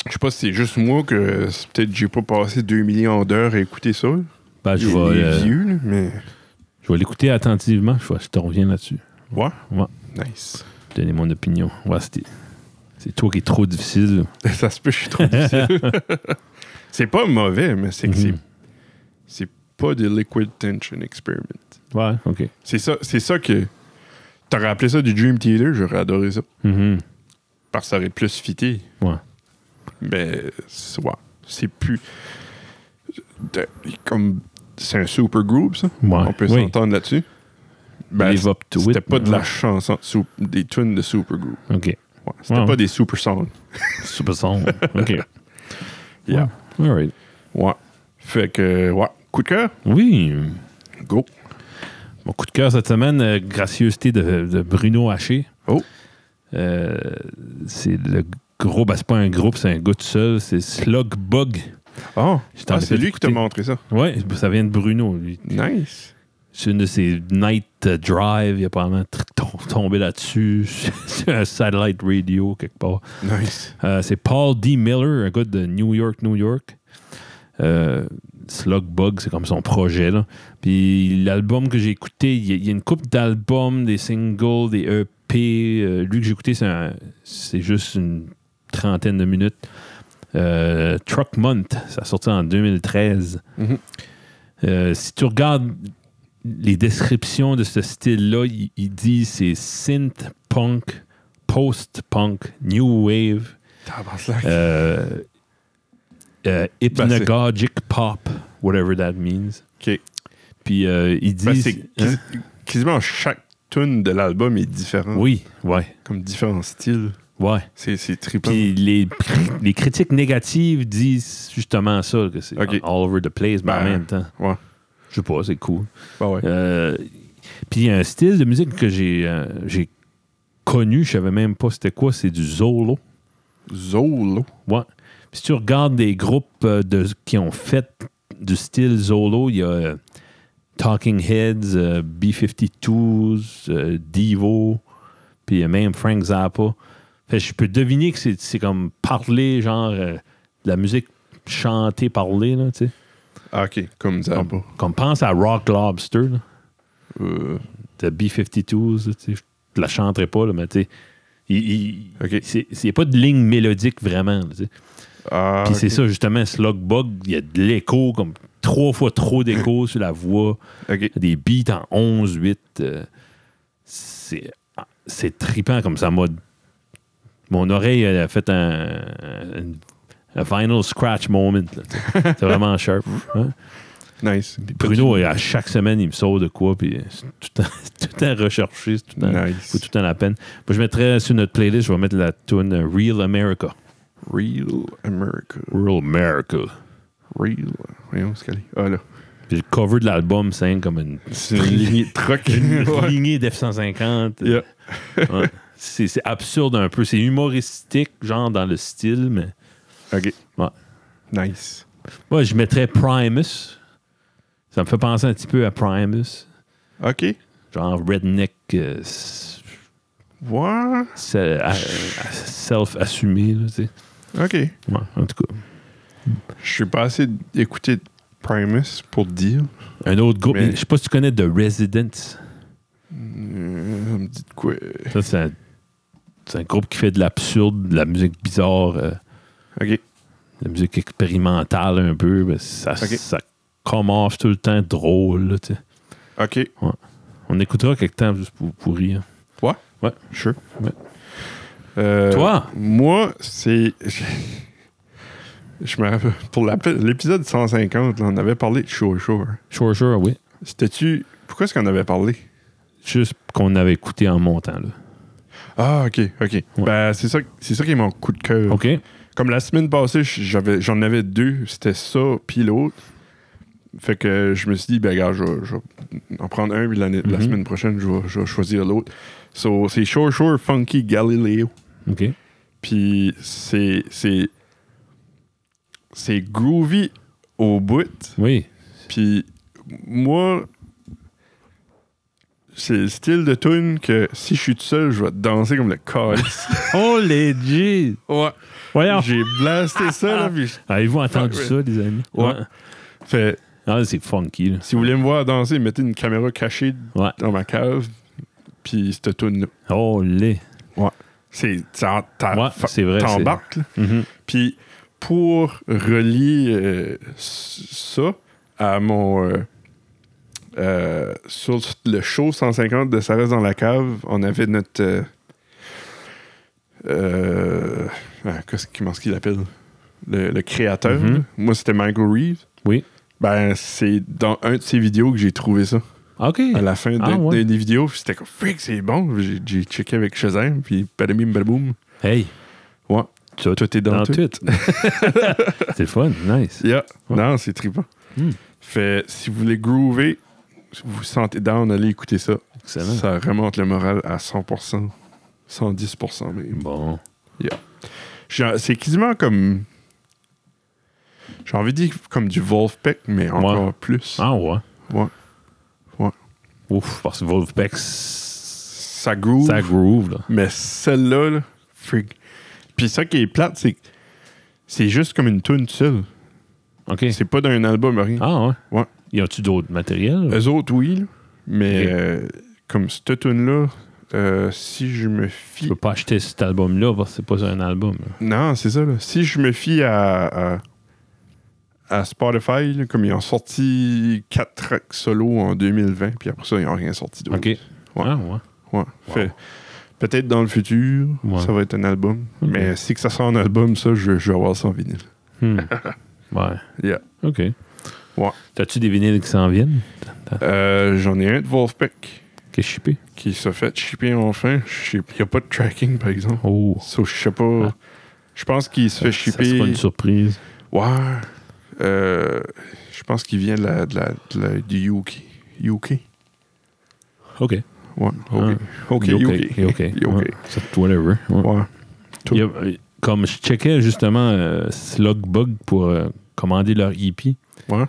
A: Je sais pas si c'est juste moi que c'est peut-être que j'ai pas passé 2 millions d'heures à écouter ça.
B: Ben, je,
A: les,
B: vais,
A: les
B: euh,
A: vieux, là, mais.
B: je vais l'écouter attentivement. Je, vais- je te reviens là-dessus.
A: Ouais.
B: Ouais.
A: Nice.
B: Donner mon opinion. Ouais, c'était- c'est toi qui es trop difficile. là.
A: Ça se peut, je suis trop difficile. c'est pas mauvais, mais c'est que c'est-
B: Mhm.
A: c'est pas des liquid tension experiment.
B: Ouais, OK.
A: C'est ça, c'est ça que. T'aurais appelé ça du Dream Theater, j'aurais adoré ça.
B: Mhm.
A: Parce que ça aurait plus fité.
B: Ouais.
A: Mais c'est- ouais, c'est plus. de- comme c'est un super group, ça.
B: Ouais.
A: On peut
B: Oui.
A: s'entendre là-dessus. Ben,
B: Live up to
A: c'était
B: it.
A: pas de la
B: Ouais.
A: chanson, sou- des tunes de super group.
B: OK.
A: Ouais, c'était
B: Ouais,
A: pas
B: ouais.
A: des super songs.
B: Super son. OK.
A: Yeah.
B: Ouais. All right.
A: Ouais. Fait que, ouais. Coup de cœur,
B: Oui.
A: go.
B: Mon coup de cœur cette semaine, euh, gracieuseté de, de Bruno Haché.
A: Oh.
B: Euh, c'est le gros, ben, c'est pas un groupe, c'est un gars tout seul, c'est Slugbug.
A: Ah,
B: Je t'en ai
A: c'est
B: fait
A: lui qui t'a
B: écouter.
A: montré ça.
B: Ouais, ça vient de Bruno. lui.
A: Nice.
B: C'est une de ses Night euh, Drive, il a probablement tr- tom- tombé là-dessus, sur un satellite radio quelque part.
A: Nice.
B: Euh, c'est Paul D. Miller, un gars de New York, New York. Euh, Slugbug, c'est comme son projet. Là. Puis l'album que j'ai écouté, il y, a- il y a une coupe d'albums, des singles, des EP. Euh, lui que j'ai écouté, c'est un- c'est juste une trentaine de minutes. Euh, Truck Month, ça a sorti en 2013.
A: Mhm.
B: Euh, si tu regardes les descriptions de ce style-là, il, il dit c'est synth punk, post-punk, new wave,
A: Tabarnak.
B: euh,
A: Ben,
B: euh, hypnagogic pop, whatever that means.
A: OK.
B: Puis euh, il dit.
A: Ben, c'est
B: Hein?
A: quasi- quasiment chaque tune de l'album est différent.
B: Oui, ouais,
A: Comme différents styles.
B: ouais.
A: C'est, c'est trippant.
B: Puis les, les critiques négatives disent justement ça, que c'est
A: Ok.
B: all over the place, mais en
A: Ben,
B: même temps.
A: ouais.
B: Je sais pas, c'est cool.
A: Ben ouais.
B: Euh, Puis il y a un style de musique que j'ai euh, j'ai connu, je savais même pas c'était quoi, c'est du Zolo.
A: Zolo.
B: Ouais. Puis si tu regardes des groupes euh, de, qui ont fait du style Zolo, il y a euh, Talking Heads, euh, B-52s, euh, Divo, puis il y a même Frank Zappa. Fait que je peux deviner que c'est c'est comme parler, genre euh, de la musique chantée, parlée, là, tu sais.
A: Ah, OK. Comme Zappa.
B: Comme, comme pense à Rock Lobster, là,
A: Euh,
B: de B-52s, là, tu sais. Je la chanterai pas, là, mais tu sais. Il n'y
A: OK.
B: a pas de ligne mélodique vraiment. là, tu sais.
A: ah,
B: Puis
A: OK.
B: c'est ça, justement, Slugbug, il y a de l'écho, comme trois fois trop d'écho sur la voix,
A: OK.
B: des beats en 11-8. euh, c'est ah, c'est trippant comme ça. Moi, mon oreille elle a fait un, un- un final scratch moment. là. C'est vraiment sharp. hein.
A: Nice.
B: Puis Bruno, à chaque semaine, il me sort de quoi, puis c'est tout en, tout en recherché, c'est tout en,
A: Nice.
B: c'est tout en la peine. Moi, je mettrais sur notre playlist, je vais mettre la tune Real America.
A: Real America.
B: Real America.
A: Real. Voyons ce qu'elle est. Ah, là.
B: Puis le cover de l'album, c'est comme une
A: C'est une lignée de truck. Ouais.
B: lignée d'F-150.
A: Yeah.
B: Ouais. C'est c'est absurde un peu. C'est humoristique, genre dans le style, mais
A: OK.
B: Ouais.
A: Nice.
B: moi, je mettrais Primus. Ça me fait penser un petit peu à Primus.
A: OK.
B: Genre redneck, euh, s-
A: Ouais.
B: se- à- à- self-assumé. là, tu sais.
A: OK.
B: Ouais, en tout cas.
A: Je suis pas assez écouté de Primus pour te dire.
B: Un autre groupe,
A: Mais-
B: je sais pas si tu connais The Residents.
A: Euh,
B: Mm-hmm.
A: ça me dit de quoi.
B: Ça, c'est un, c'est un groupe qui fait de l'absurde, de la musique bizarre. euh,
A: OK.
B: la musique expérimentale un peu, mais ça,
A: Ok.
B: ça commence tout le temps drôle. là, tu sais.
A: OK.
B: On écoutera quelque temps juste pour, pour rire.
A: Sure.
B: Ouais.
A: Euh,
B: Toi?
A: Moi, c'est. Je me rappelle. Pour la- l'épisode 150, là, on avait parlé de Sure Sure.
B: Sure, sure, oui.
A: C'était-tu. Pourquoi est-ce qu'on avait parlé?
B: Juste qu'on avait écouté en montant. Là.
A: Ah, OK, OK. Ben, c'est ça, c'est ça qui est mon coup de cœur.
B: OK.
A: Comme la semaine passée, j'avais, j'en avais deux. C'était ça, puis l'autre. Fait que je me suis dit, ben, gars, je vais- je vais en prendre un, puis l'année- la
B: Mhm.
A: semaine prochaine, je vais, je vais choisir l'autre. So, c'est Shore Shore Funky Galileo.
B: OK.
A: Puis c'est. C'est, c'est groovy au bout.
B: Oui.
A: Puis moi, c'est le style de tune que si je suis tout seul, je vais danser comme le calice.
B: Oh, les G!
A: ouais.
B: Voyons.
A: J'ai blasté ça, là. puis je-
B: Avez-vous entendu
A: Ouais, ouais.
B: ça, les amis?
A: Ouais. Fait,
B: Ah, c'est funky, là.
A: si vous voulez me voir danser, mettez une caméra cachée
B: Ouais.
A: dans ma cave. Puis cette tune là
B: Oh, les.
A: C'est, ça- t'as-
B: Ouais,
A: Ah, fa-
B: c'est vrai. c'est-
A: t'embarques, là.
B: Mhm.
A: Puis pour relier euh, s- ça à mon. euh, euh, sur le show 150 de Ça reste dans la cave, on avait notre. euh, euh, ah, qu'est-ce qu'il- comment est-ce qu'il appelle Le, le créateur.
B: Mhm.
A: là. Moi, c'était Michael Reeves.
B: Oui.
A: Ben, c'est dans un de ses vidéos que j'ai trouvé ça.
B: OK.
A: À la fin
B: Ah,
A: d'un-
B: ouais.
A: d'un des vidéos, puis c'était comme Frick, c'est bon. J'ai- J'ai checké avec Shazam, puis badaboum, badaboum.
B: Hey.
A: Ouais.
B: Tout.
A: Tout est dans,
B: Dans
A: tout.
B: tout. c'est le fun. Nice.
A: Yeah.
B: Ouais.
A: Non, c'est trippant.
B: Hmm.
A: Fait, si vous voulez groover, si vous vous sentez down, allez écouter ça.
B: Excellent.
A: Ça remonte le moral à 100%, 110% même.
B: Bon.
A: J'ai- C'est quasiment comme... J'ai envie de dire comme du Wolfpack, mais encore plus.
B: Ah, ouais.
A: Ouais. Ouais.
B: Ouf, parce que Wolfpack, ça
A: Ça groove,
B: groove, là.
A: mais celle-là, là, freak. Puis ça qui est plate, c'est que c'est juste comme une tune seule.
B: OK.
A: C'est pas d'un album, rien.
B: Ah, ouais.
A: Ouais. Euh,
B: Y a-tu d'autres matériels?
A: Eux autres, oui, là. mais
B: Ok.
A: euh, comme cette tune-là, euh, si je me
B: Je
A: fie.
B: peux pas acheter cet album-là parce que c'est pas un album. là.
A: Non, c'est ça, là. Si je me fie à, à, à Spotify, là, comme ils ont sorti 4 tracks solo en 2020, puis après ça, ils n'ont rien sorti d'autre.
B: OK. Ah, ouais.
A: Ouais. Fait, Peut-être dans le futur,
B: Ouais.
A: ça va être un album.
B: Ok.
A: Mais si que ça sort un album, ça, je, je vais avoir ça en vinyle.
B: Hmm. ouais.
A: Yeah.
B: OK.
A: Ouais.
B: T'as-tu des vinyles qui s'en viennent?
A: Euh, J'en ai un de Wolfpack
B: Que shippé?
A: qui se fait shipper enfin. Je sais- Il n'y a pas de tracking, par exemple.
B: Oh.
A: So, je sais pas.
B: Ah.
A: Je pense qu'il se fait
B: Ça sera
A: shipper.
B: une surprise.
A: Ouais. Euh, je pense qu'il vient de la, de la- de la- du UK. UK?
B: OK.
A: Ouais.
B: Ah.
A: OK. OK.
B: Yo,
A: UK.
B: OK. OK.
A: Yo, OK.
B: Ouais. C'est whatever. Ouais.
A: Ouais.
B: Il y a- euh, comme je checkais justement euh, Slugbug pour euh, commander leur EP.
A: Ouais.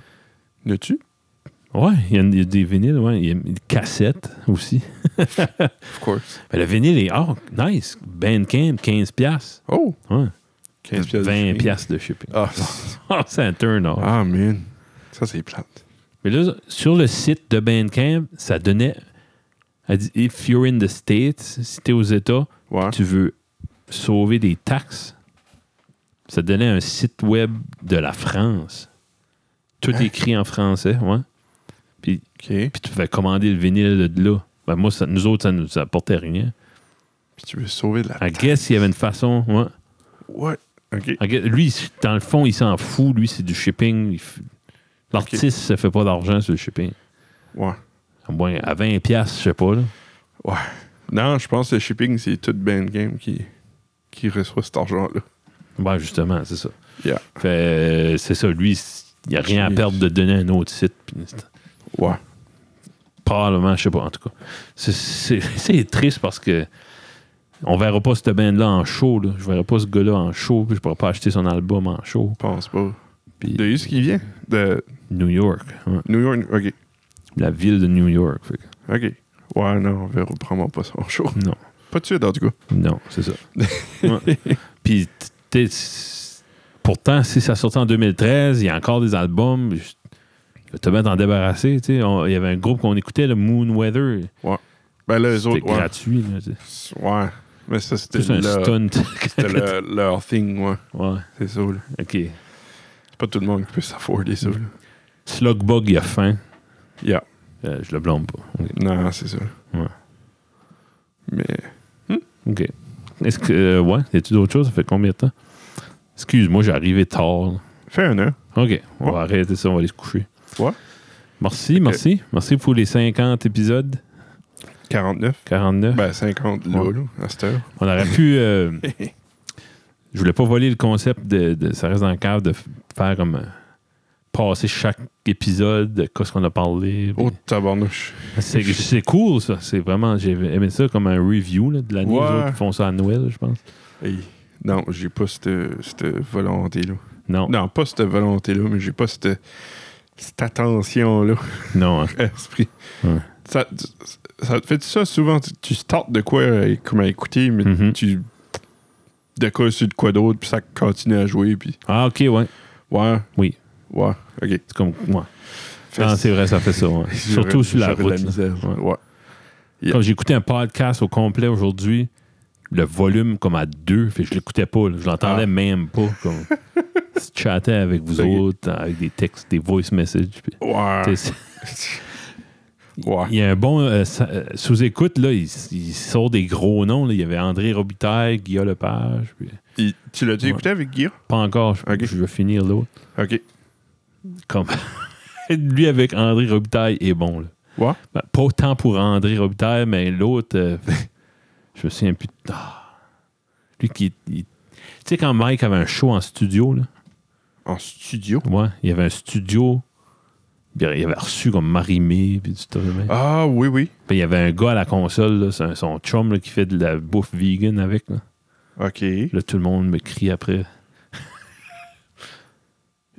A: N'as-tu?
B: Ouais, il y, a une- il y a des vinyles, ouais. Il y a une cassette aussi.
A: Of course.
B: Mais le vinyle est oh, nice. Bandcamp, 15$. piastres.
A: Oh!
B: Ouais.
A: 15 piastres de
B: 20$
A: shipping.
B: piastres de shipping.
A: Ah,
B: Ah, c'est un turn off.
A: ah, man. Ça, c'est plate.
B: Mais là, sur le site de Bandcamp, ça donnait. Elle dit If you're in the States, si t'es aux États,
A: Ouais.
B: tu veux sauver des taxes, ça donnait un site web de la France. Tout
A: Hein?
B: écrit en français, ouais. Puis,
A: OK. Puis
B: puis tu fais commander le vinyle de là. Ben moi, ça- nous autres, ça nous apportait rien.
A: tu veux sauver de la...
B: I guess il y avait une façon. Ouais.
A: What? OK.
B: I guess- lui, il- dans le fond, il s'en fout. Lui, c'est du shipping. Il f- L'artiste se fait pas d'argent sur le shipping.
A: Ouais.
B: À moins à 20$, piastres, je sais pas. Là.
A: Non, je pense que le shipping, c'est tout Bandcamp qui, qui reçoit cet argent-là.
B: Ouais, Ben, justement, c'est ça.
A: Yeah.
B: Fait, euh, c'est ça, lui, il n'y a rien à
A: Jeez.
B: perdre de donner un autre site. puis c'est-
A: Ouais.
B: Probablement, je sais pas, en tout cas. C'est- C'est c'est triste parce que on verra pas cette band-là en show. Là. Je verrai pas ce gars-là en show, puis je pourrai pas acheter son album en show.
A: Pense pas.
B: Puis
A: De où est-ce qu'il vient? De
B: New York, hein,
A: New York. OK.
B: la ville de New York. fait que-
A: OK. Ouais, non, on verra probablement pas son show.
B: non,
A: Pas de suite, en tout cas.
B: non, c'est ça. Ouais. Puis, tu sais, pourtant, si ça sortait en 2013, il y a encore des albums. Je je vais te mettre en débarrasser. tu sais. On- Il y avait un groupe qu'on écoutait, le Moon Weather.
A: Ben là, les
B: C'était
A: autres, ouais.
B: gratuit. là, tu sais.
A: Ouais. Mais ça, c'était
B: C'est un
A: le-
B: stunt.
A: c'était le- leur thing, ouais.
B: Ouais,
A: C'est ça, là.
B: OK.
A: C'est pas tout le monde qui peut s'afforder ça, là.
B: Slugbug, il a faim.
A: Yeah.
B: Euh, je le blâme pas. OK.
A: Non, c'est ça.
B: Ouais.
A: Mais
B: OK. Est-ce que. euh, ouais, y a-tu d'autres choses? Ça fait combien de temps? Excuse-moi, j'ai arrivé tard. là.
A: fait un an.
B: OK, on
A: Ouais.
B: va arrêter ça, on va aller se coucher.
A: Ouais.
B: Merci, merci. Merci pour les 50 épisodes.
A: 49?
B: 49.
A: Ben, 50 là,
B: Ouais.
A: là, à cette heure.
B: On aurait pu. euh, je voulais pas voler le concept de, de- Ça reste dans le cadre de f- faire comme. euh, passer chaque épisode, de quoi ce qu'on a parlé.
A: Oh, tabarnouche.
B: C'est c'est cool, ça. C'est vraiment. J'ai aimé ça comme un review là, de l'année.
A: Ouais.
B: Les autres ils font ça à Noël, je pense.
A: Hey. Non, j'ai pas cette, cette volonté-là.
B: Non.
A: Non, pas cette volonté-là, mais j'ai pas cette, cette attention-là,
B: Non. hein.
A: à esprit.
B: Ouais.
A: Ça, ça te fait ça souvent? Tu, tu startes de quoi euh, comme à écouter, mais
B: Mhm.
A: tu décolles sur de quoi d'autre, puis ça continue à jouer, puis
B: Ah, ok, ouais.
A: ouais.
B: Oui.
A: Ouais, ok.
B: C'est comme. ouais.
A: Fait-
B: Non, c'est vrai, ça fait ça. ouais.
A: J'aurais-
B: Surtout sur la
A: j'aurais
B: route.
A: de
B: là.
A: misère.
B: Ouais.
A: Ouais. Yeah.
B: Comme j'ai écouté un podcast au complet aujourd'hui, le volume comme à deux, fait que je l'écoutais pas, là. je l'entendais
A: Ah.
B: même pas. Comme, je chattais avec vous
A: Ok.
B: autres, avec des textes, des voice messages. puis,
A: Ouais.
B: tu sais,
A: Ouais.
B: Il y a un bon euh, sa- euh, sous-écoute, là, il, il sort des gros noms. là. Il y avait André Robitaille, Guillaume Lepage. puis-
A: Il- tu l'as-tu
B: Ouais.
A: écouté avec Guillaume?
B: pas encore, je,
A: Ok.
B: je vais finir l'autre.
A: Ok.
B: Comme, lui avec André Robitaille est bon. Là.
A: Ouais.
B: Ben, pas autant pour André Robitaille, mais l'autre, euh, je me souviens plus. de- Ah. Lui qui. il- Tu sais, quand Mike avait un show en studio, là,
A: En studio.
B: ouais, il y avait un studio. puis Il avait reçu comme Marimé, puis du tout. de même.
A: Ah oui, oui.
B: Puis il y avait un gars à la console, là, c'est un- son chum là, qui fait de la bouffe vegan avec. Là,
A: Ok.
B: Là, tout le monde me crie après.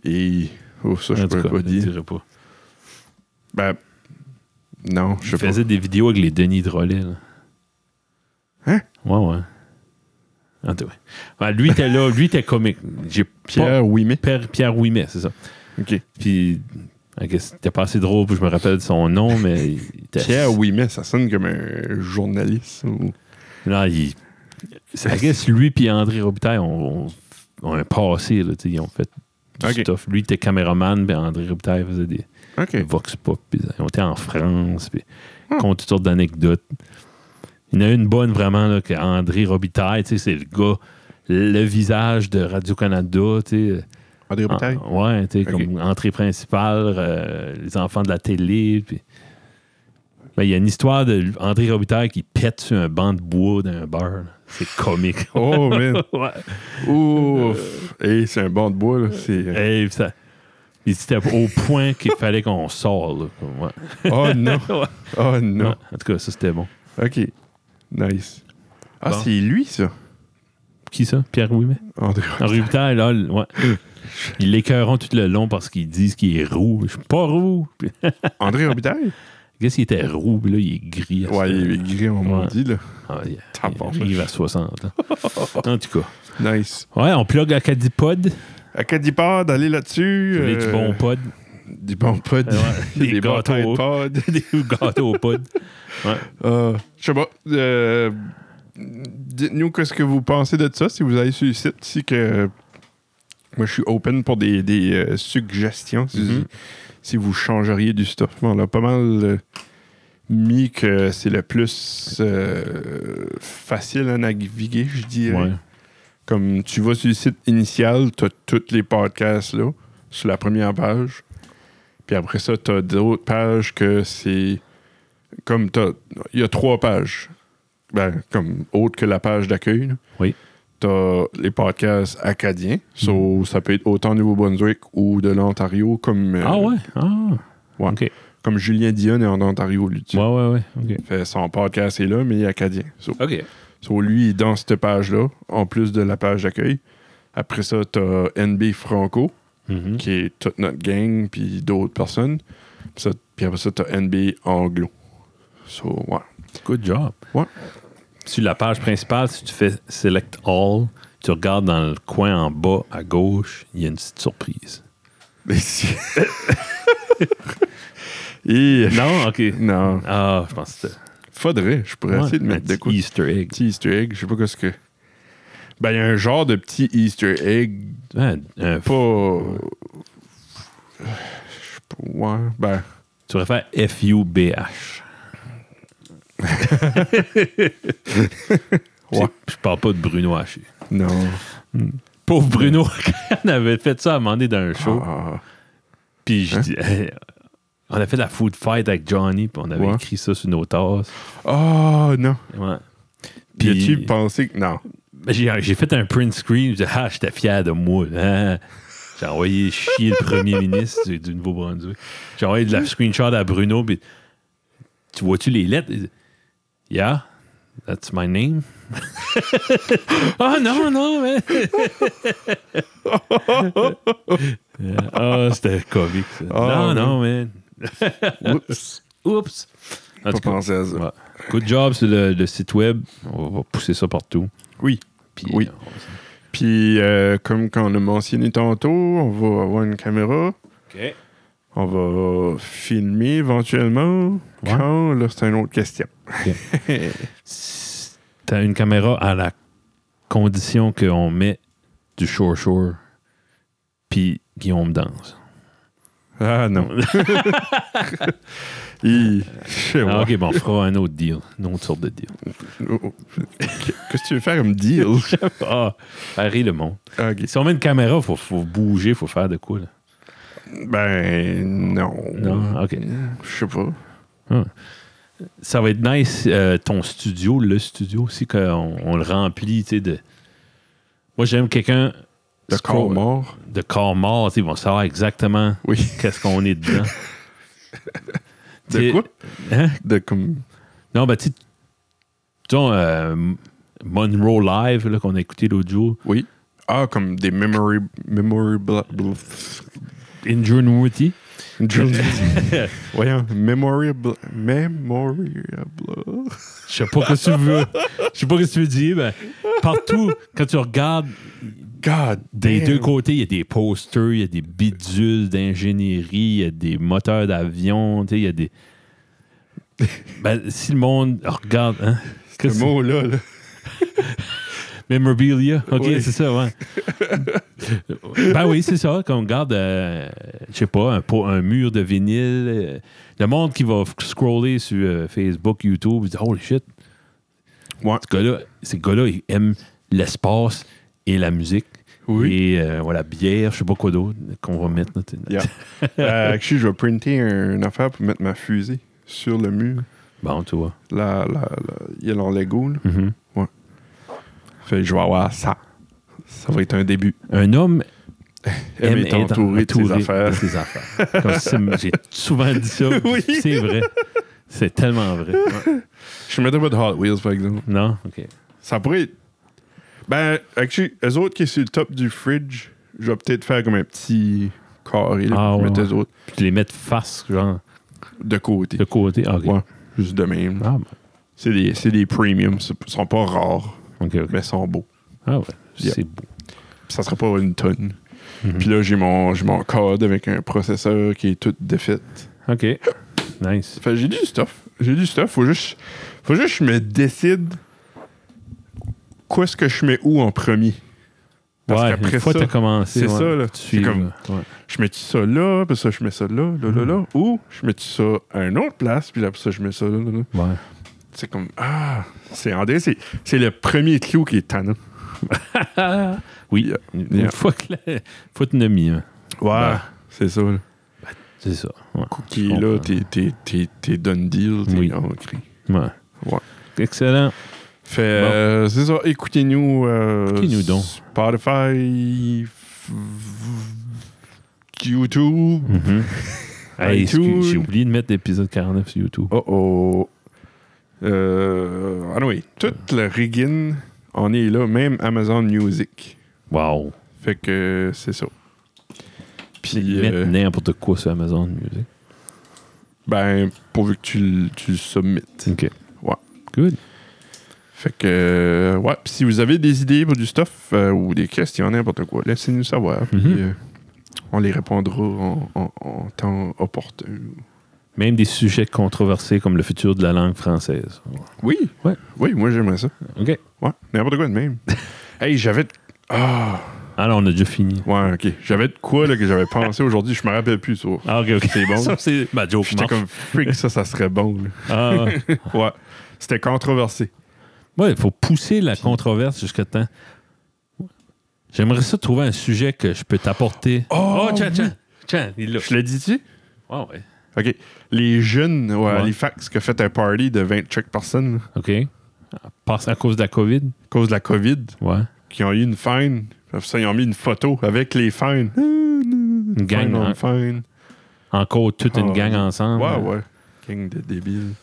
A: Et. Oh, ça, je
B: En tout
A: peux
B: cas,
A: pas
B: je
A: dire.
B: dirais pas.
A: Ben. Non,
B: Il
A: je sais pas.
B: faisait des vidéos avec les Denis Drolet. là.
A: Hein?
B: Ouais, ouais. En tout cas. Ouais, lui était là, lui était comique. J'ai pas-
A: Pierre Ouimet.
B: Pierre, Pierre Ouimet, c'est ça.
A: Ok.
B: Puis, ok, c'était pas assez drôle pour que je me rappelle de son nom, mais il était-
A: Pierre Ouimet, ça sonne comme un journaliste. ou-
B: Non, il. I guess lui puis André Robitaille ont, ont- ont un passé, là, tu sais, ils ont fait du
A: Ok.
B: stuff. Lui était caméraman, puis André Robitaille faisait des
A: Ok. Hmm.
B: vox pop, puis ils ont été en France, puis ils comptent toutes sortes d'anecdotes. Il y en a une bonne vraiment, là, que André Robitaille, tu sais, c'est le gars, le visage de Radio-Canada, tu sais.
A: André
B: En-
A: Bouteille.
B: Ah, ouais, tu sais,
A: Ok.
B: comme entrée principale, euh, les enfants de la télé. puis- Ben, Il y a une histoire de André Robitaille qui pète sur un banc de bois d'un bar. là. C'est comique.
A: Oh, man.
B: ouais.
A: Ouf. Hey, c'est un banc de bois, là. C'est... euh,
B: Et puis ça- puis c'était au point qu'il fallait qu'on sorte. là, comme, ouais.
A: Oh non.
B: Eh. Ouais.
A: Oh non.
B: Ouais. En tout cas, ça c'était bon.
A: Ok. Nice. Ah,
B: Bon.
A: c'est lui, ça.
B: Qui ça Pierre Ouimet
A: André.
B: Henri Robitaille, là, le- ouais. Ils l'écœuront tout le long parce qu'ils disent qu'il est roux. Je suis pas roux. Puis,
A: André Robitaille?
B: Qu'est-ce qu'il était roux, puis là, il est gris. à
A: Ouais,
B: ce-
A: il est gris, on m'a
B: Ouais.
A: dit, là.
B: Ah, il,
A: Tabarnak.
B: il arrive à 60. hein. en tout cas.
A: Nice.
B: Ouais, on plug Acadipod.
A: Acadipod, allez là-dessus.
B: Vous avez du
A: euh,
B: bon pod.
A: Des bons pods.
B: Ouais,
A: des,
B: des
A: bons
B: gâteaux.
A: têtes pods.
B: Des gâteaux au pod.
A: Euh, je sais pas. euh, Dites-nous qu'est-ce que vous pensez de ça si vous allez sur le site. Si que, moi, je suis open pour des, des, euh, suggestions. Si,
B: Mhm.
A: si vous changeriez du stuff. On a pas mal euh, mis que c'est le plus euh, facile à naviguer, je dirais.
B: Ouais.
A: Comme tu vas sur le site initial, tu as tous les podcasts là, sur la première page. Puis après ça, tu as d'autres pages que c'est. Comme t'as- Il y a trois pages. Ben, comme autre que la page d'accueil. là.
B: Oui.
A: T'as les podcasts acadiens.
B: Mm-hmm.
A: So, ça peut être autant du Nouveau-Brunswick ou de l'Ontario comme. euh,
B: Ah ouais? Ah.
A: Ouais.
B: OK. Ouais,
A: Comme Julien Dion est en Ontario, lui. tu sais.
B: ouais, ouais.
A: Fait, son podcast est là, mais il est acadien. So,
B: OK. OK.
A: So, lui, il est dans cette page-là, en plus de la page d'accueil. Après ça, t'as NB Franco,
B: Mhm.
A: qui est toute notre gang, puis d'autres personnes. Puis, ça- puis après ça, t'as NB Anglo. So, ouais.
B: Good job.
A: Ouais.
B: Sur la page principale, si tu fais Select All, tu regardes dans le coin en bas à gauche, il y a une petite surprise.
A: Mais si- Et-
B: Non? OK.
A: Non.
B: Ah, je pense que c'était.
A: Faudrait, je pourrais essayer de
B: Ouais, un
A: mettre de
B: petit
A: quoi.
B: Easter egg.
A: Petit Easter egg, je sais pas qu'est-ce que. Ben, il y a un genre de petit Easter egg,
B: Ouais, un-
A: pas. Je sais pas, Ouais, ben.
B: tu pourrais faire FUBH.
A: Ouais.
B: Je parle pas de Bruno Haché.
A: Non.
B: Pauvre Bruno, on avait fait ça à un moment donné dans un show.
A: Ah.
B: Puis je
A: Hein?
B: dis, hey, On a fait la food fight avec Johnny, puis on avait
A: Ouais.
B: écrit ça sur nos tasses.
A: Oh non.
B: Ouais.
A: Puis
B: Puis-
A: as-tu pensé que. Non.
B: Ben, j'ai, j'ai fait un print screen, j'ai dit, ah, j'étais fier de moi. hein. J'ai envoyé chier le premier ministre du, du Nouveau-Brunswick. J'ai envoyé de la screenshot à Bruno, puis tu vois-tu les lettres? Il dit, Yeah, that's my name. Ah non, non, mais. Ah, c'était comique, ça.
A: Ah,
B: non, non, mais.
A: Oups.
B: Oups. En
A: Pas
B: tout cas,
A: pensé à ça.
B: ouais. Good job sur le, le site web. On va pousser ça partout.
A: Oui.
B: Puis, euh,
A: Oui. Puis, euh, comme on a mentionné tantôt, on va avoir une caméra.
B: OK.
A: On va filmer éventuellement. Quand, là, c'est une autre question.
B: Si T'as une caméra à la condition qu'on met du shore shore puis Guillaume danse.
A: Ah non. Il- je sais
B: Ah,
A: pas.
B: ok, bon, on fera un autre deal, une autre sorte de deal.
A: Oh, oh. Qu'est-ce que tu veux faire comme deal?
B: Ah, Harry le monde.
A: Ok.
B: Si on met une caméra, faut, faut bouger, faut faire de quoi là.
A: Ben non.
B: Non, ok.
A: Je sais pas.
B: Ça va être nice euh, ton studio, le studio aussi qu'on on le remplit, tu sais de. Moi j'aime quelqu'un
A: Le corps
B: scroll-
A: mort.
B: de corps mort, tu sais, ils vont savoir exactement
A: Oui.
B: qu'est-ce qu'on est dedans.
A: De quoi?
B: Hein?
A: De comme.
B: Non, ben, tu sais, disons, euh, Monroe Live, là, qu'on a écouté l'autre jour,
A: Oui. Ah, comme des memory. Memory. Bla, bla-
B: Ingenuity.
A: Voyons. Memory. Bla, memory. Bla.
B: Je sais pas ce que tu veux. Je sais pas ce que tu veux dire, mais partout, quand tu regardes
A: God.
B: des
A: damn.
B: deux côtés, il y a des posters, il y a des bidules d'ingénierie, il y a des moteurs d'avion, tu sais, il y a des. Ben, si le monde regarde, hein?
A: Ce
B: Qu'est-ce que
A: mot-là. là.
B: Memorabilia. OK,
A: Oui.
B: c'est ça, ouais. ben oui, c'est ça. Quand on regarde, euh, je sais pas, un, po- un mur de vinyle, euh, le monde qui va f- scroller sur euh, Facebook, YouTube, il dit Holy shit,
A: Ouais.
B: ce gars-là, ces gars-là, ils aiment l'espace et la musique.
A: Oui.
B: Et euh, voilà, bière, je sais pas quoi d'autre qu'on va mettre. là, t'sais.
A: Yeah. Euh, actually, je vais printer un- une affaire pour mettre ma fusée sur le mur.
B: Bon, tu vois.
A: Là, là, là, il y a leur Lego. Là.
B: Mhm.
A: Fait que je vais avoir ça. Ça va être un début.
B: Un homme
A: Aime être entouré de ses
B: entouré
A: affaires.
B: de ses affaires. Comme si- J'ai souvent dit ça.
A: Oui.
B: C'est vrai. C'est tellement vrai. Ouais.
A: Je mettrais pas de Hot Wheels, par exemple.
B: Non? OK.
A: Ça pourrait être... Ben, actually, eux autres qui sont sur le top du fridge, je vais peut-être faire comme un petit carré. Là,
B: Ah,
A: pour
B: ouais,
A: mettre
B: ouais.
A: eux autres
B: Puis tu les mettre face, genre,
A: de côté.
B: de côté. Ah, OK.
A: Ouais, juste de même.
B: Ah, ben,
A: C'est des, c'est des premiums. c'est- Ils sont pas rares,
B: OK, OK.
A: mais ils sont beaux.
B: Ah, ouais.
A: Yeah.
B: C'est beau.
A: Ça sera pas une tonne. Puis là, j'ai mon, j'ai mon code avec un processeur qui est tout défait.
B: OK. Nice.
A: Fait que j'ai du stuff. J'ai du stuff. Faut juste, faut juste que je me décide quoi est-ce que je mets où en premier. Parce
B: ouais,
A: qu'après
B: une fois
A: ça,
B: que t'as commencé,
A: c'est
B: ouais,
A: ça, là.
B: faut que tu
A: C'est
B: suives,
A: comme-
B: là. Ouais.
A: je mets-tu ça là, puis ça, je mets ça là, là, là, là. Ou je mets-tu ça à une autre place, puis là, puis ça, je mets ça là, là, là.
B: Ouais.
A: C'est comme, ah, c'est André, c'est c'est le premier clou qui est tannant.
B: Oui.
A: Yeah.
B: Une
A: Yeah.
B: fois que la- faut que tu l'as mis, hein.
A: Ouais,
B: Ben.
A: c'est ça, là.
B: C'est ça. Ouais.
A: Qui
B: Je
A: est là,
B: comprends.
A: t'es- t'es- t'es t'es done deal, t'es
B: Oui.
A: oh, ok.
B: Ouais.
A: Ouais.
B: Excellent.
A: Fait, euh, c'est ça, écoutez-nous. euh,
B: Écoutez-nous donc.
A: Spotify, f- YouTube.
B: Mhm.
A: Mm-hmm.
B: Hey, excuse,
A: iTunes.
B: J'ai oublié de mettre l'épisode 49 sur YouTube.
A: Oh oh. Euh, anyway, toute la rigging, on est là, même Amazon Music.
B: Wow.
A: Fait que c'est ça. Puis,
B: Mettre
A: euh,
B: n'importe quoi sur Amazon Music.
A: ben, pourvu que tu, le- tu le submites.
B: OK.
A: Ouais.
B: Good.
A: Fait que, euh, ouais. Puis si vous avez des idées pour du stuff euh, ou des questions, n'importe quoi, laissez-nous savoir. Puis,
B: Mhm.
A: euh, on les répondra en, en- en temps opportun.
B: Même des sujets controversés comme le futur de la langue française.
A: Oui.
B: Ouais.
A: Oui, moi j'aimerais ça.
B: OK.
A: Ouais, n'importe quoi de même. hey, j'avais. Ah!
B: Alors, on a déjà fini.
A: Ouais, ok. J'avais de quoi là, que j'avais pensé aujourd'hui, je me rappelle plus ça.
B: Ah, OK, OK.
A: C'est bon.
B: Ça, c'est ma joke.
A: J'étais
B: morte.
A: comme freak, ça, ça serait bon. là.
B: Ah, ouais.
A: Ouais. C'était controversé.
B: Ouais, il faut pousser la controverse jusqu'à temps. J'aimerais ça trouver un sujet que je peux t'apporter.
A: Oh,
B: tiens, tiens. Tiens, il est là.
A: Je l'ai dit-tu?
B: Ah, ouais.
A: OK. Les jeunes ouais, à
B: Ouais.
A: Halifax qui ont fait un party de 20 chaque personnes là,
B: OK. Passe à cause de la COVID.
A: à cause de la COVID,
B: Ouais.
A: qui ont eu une fine. Après Ça, ils ont mis une photo avec les fines.
B: Hein?
A: Une
B: gang,
A: fine, on
B: hein.
A: fine.
B: Encore toute une
A: Ah,
B: gang
A: ouais.
B: ensemble.
A: Ouais, ouais. Gang de débiles.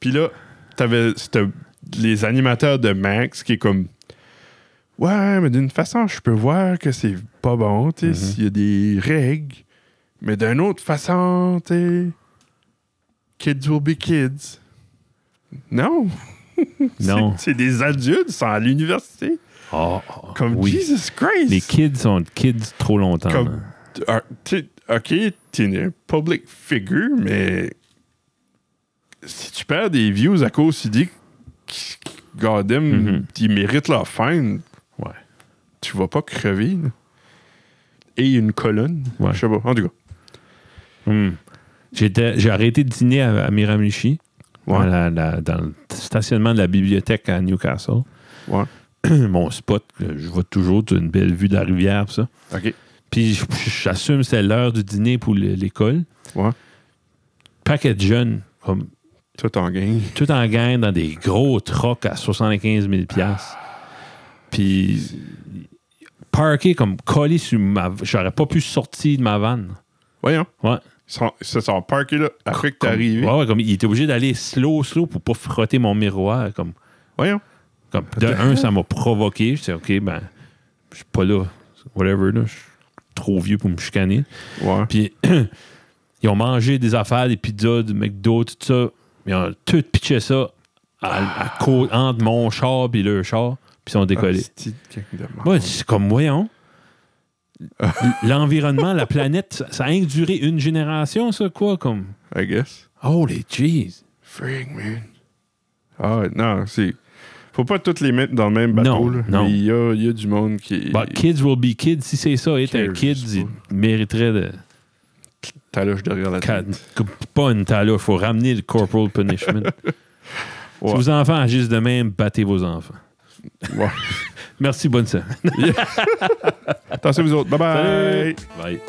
A: Puis là, t'avais c'était les animateurs de Max qui est comme. Ouais, mais d'une façon, je peux voir que c'est pas bon, tu sais,
B: Mhm.
A: s'il y a des règles. Mais d'une autre façon, tu sais. Kids will be kids. Non. C'est-
B: Non.
A: C'est des adultes, sont à l'université.
B: Ah, ah,
A: Comme
B: oui.
A: Jesus Christ.
B: Les kids sont kids trop longtemps.
A: Comme-
B: là.
A: Ah, t'sais, OK, t'es une public figure, mais si tu perds des views à cause tu dis God damn,
B: Mhm.
A: ils méritent leur fine,
B: Ouais.
A: tu vas pas crever. là. Et une colonne,
B: Ouais.
A: je sais pas. En tout cas,
B: Hmm. J'étais, j'ai arrêté de dîner à, à Miramichi,
A: Ouais.
B: à la- la- dans le stationnement de la bibliothèque à Newcastle.
A: Ouais.
B: Mon spot, que je vois toujours, tu as une belle vue de la rivière, pis ça.
A: OK.
B: Puis j- j'assume c'est l'heure du dîner pour le- l'école.
A: Ouais.
B: Paquet de jeunes, comme
A: Tout en gang.
B: tout en gang dans des gros trocs à 75 000 Puis parké comme collé sur ma... J'aurais pas pu sortir de ma vanne.
A: Voyons.
B: Ouais.
A: Ils, sont, ils se sont parkés là après que t'es
B: Comme-
A: arrivé.
B: Ouais, ouais, comme il était obligé d'aller slow, slow pour pas frotter mon miroir. Comme,
A: Voyons.
B: comme de un, ça m'a provoqué. Je OK, ben, je suis pas là. Whatever, là. Je suis trop vieux pour me chicaner.
A: Ouais.
B: Puis, ils ont mangé des affaires, des pizzas, du McDo, tout ça. Ils ont tout pitché ça à, à cô- entre mon char et leur char. Puis, ils sont décollés.
A: Hostie de gang de merde.
B: Moi, c'est comme, voyons. L'environnement, la planète, ça- ça a rien que duré une génération, ça, quoi, comme.
A: I guess.
B: Holy jeez.
A: Frig, man. Ah, non, c'est. Faut pas toutes les mettre dans le même bateau.
B: Non,
A: là.
B: non.
A: Mais il y a, il y a du monde qui.
B: Bah, kids will be kids. Si c'est ça, être un
A: Cares
B: kid,
A: pas.
B: il mériterait de.
A: Taloche derrière la
B: ca-
A: tête.
B: que- Pas une tala, il faut ramener le corporal punishment.
A: Ouais.
B: Si vos enfants agissent de même, battez vos enfants.
A: Ouais.
B: Merci, bonne semaine.
A: Attention, vous autres. Bye bye.
B: Bye.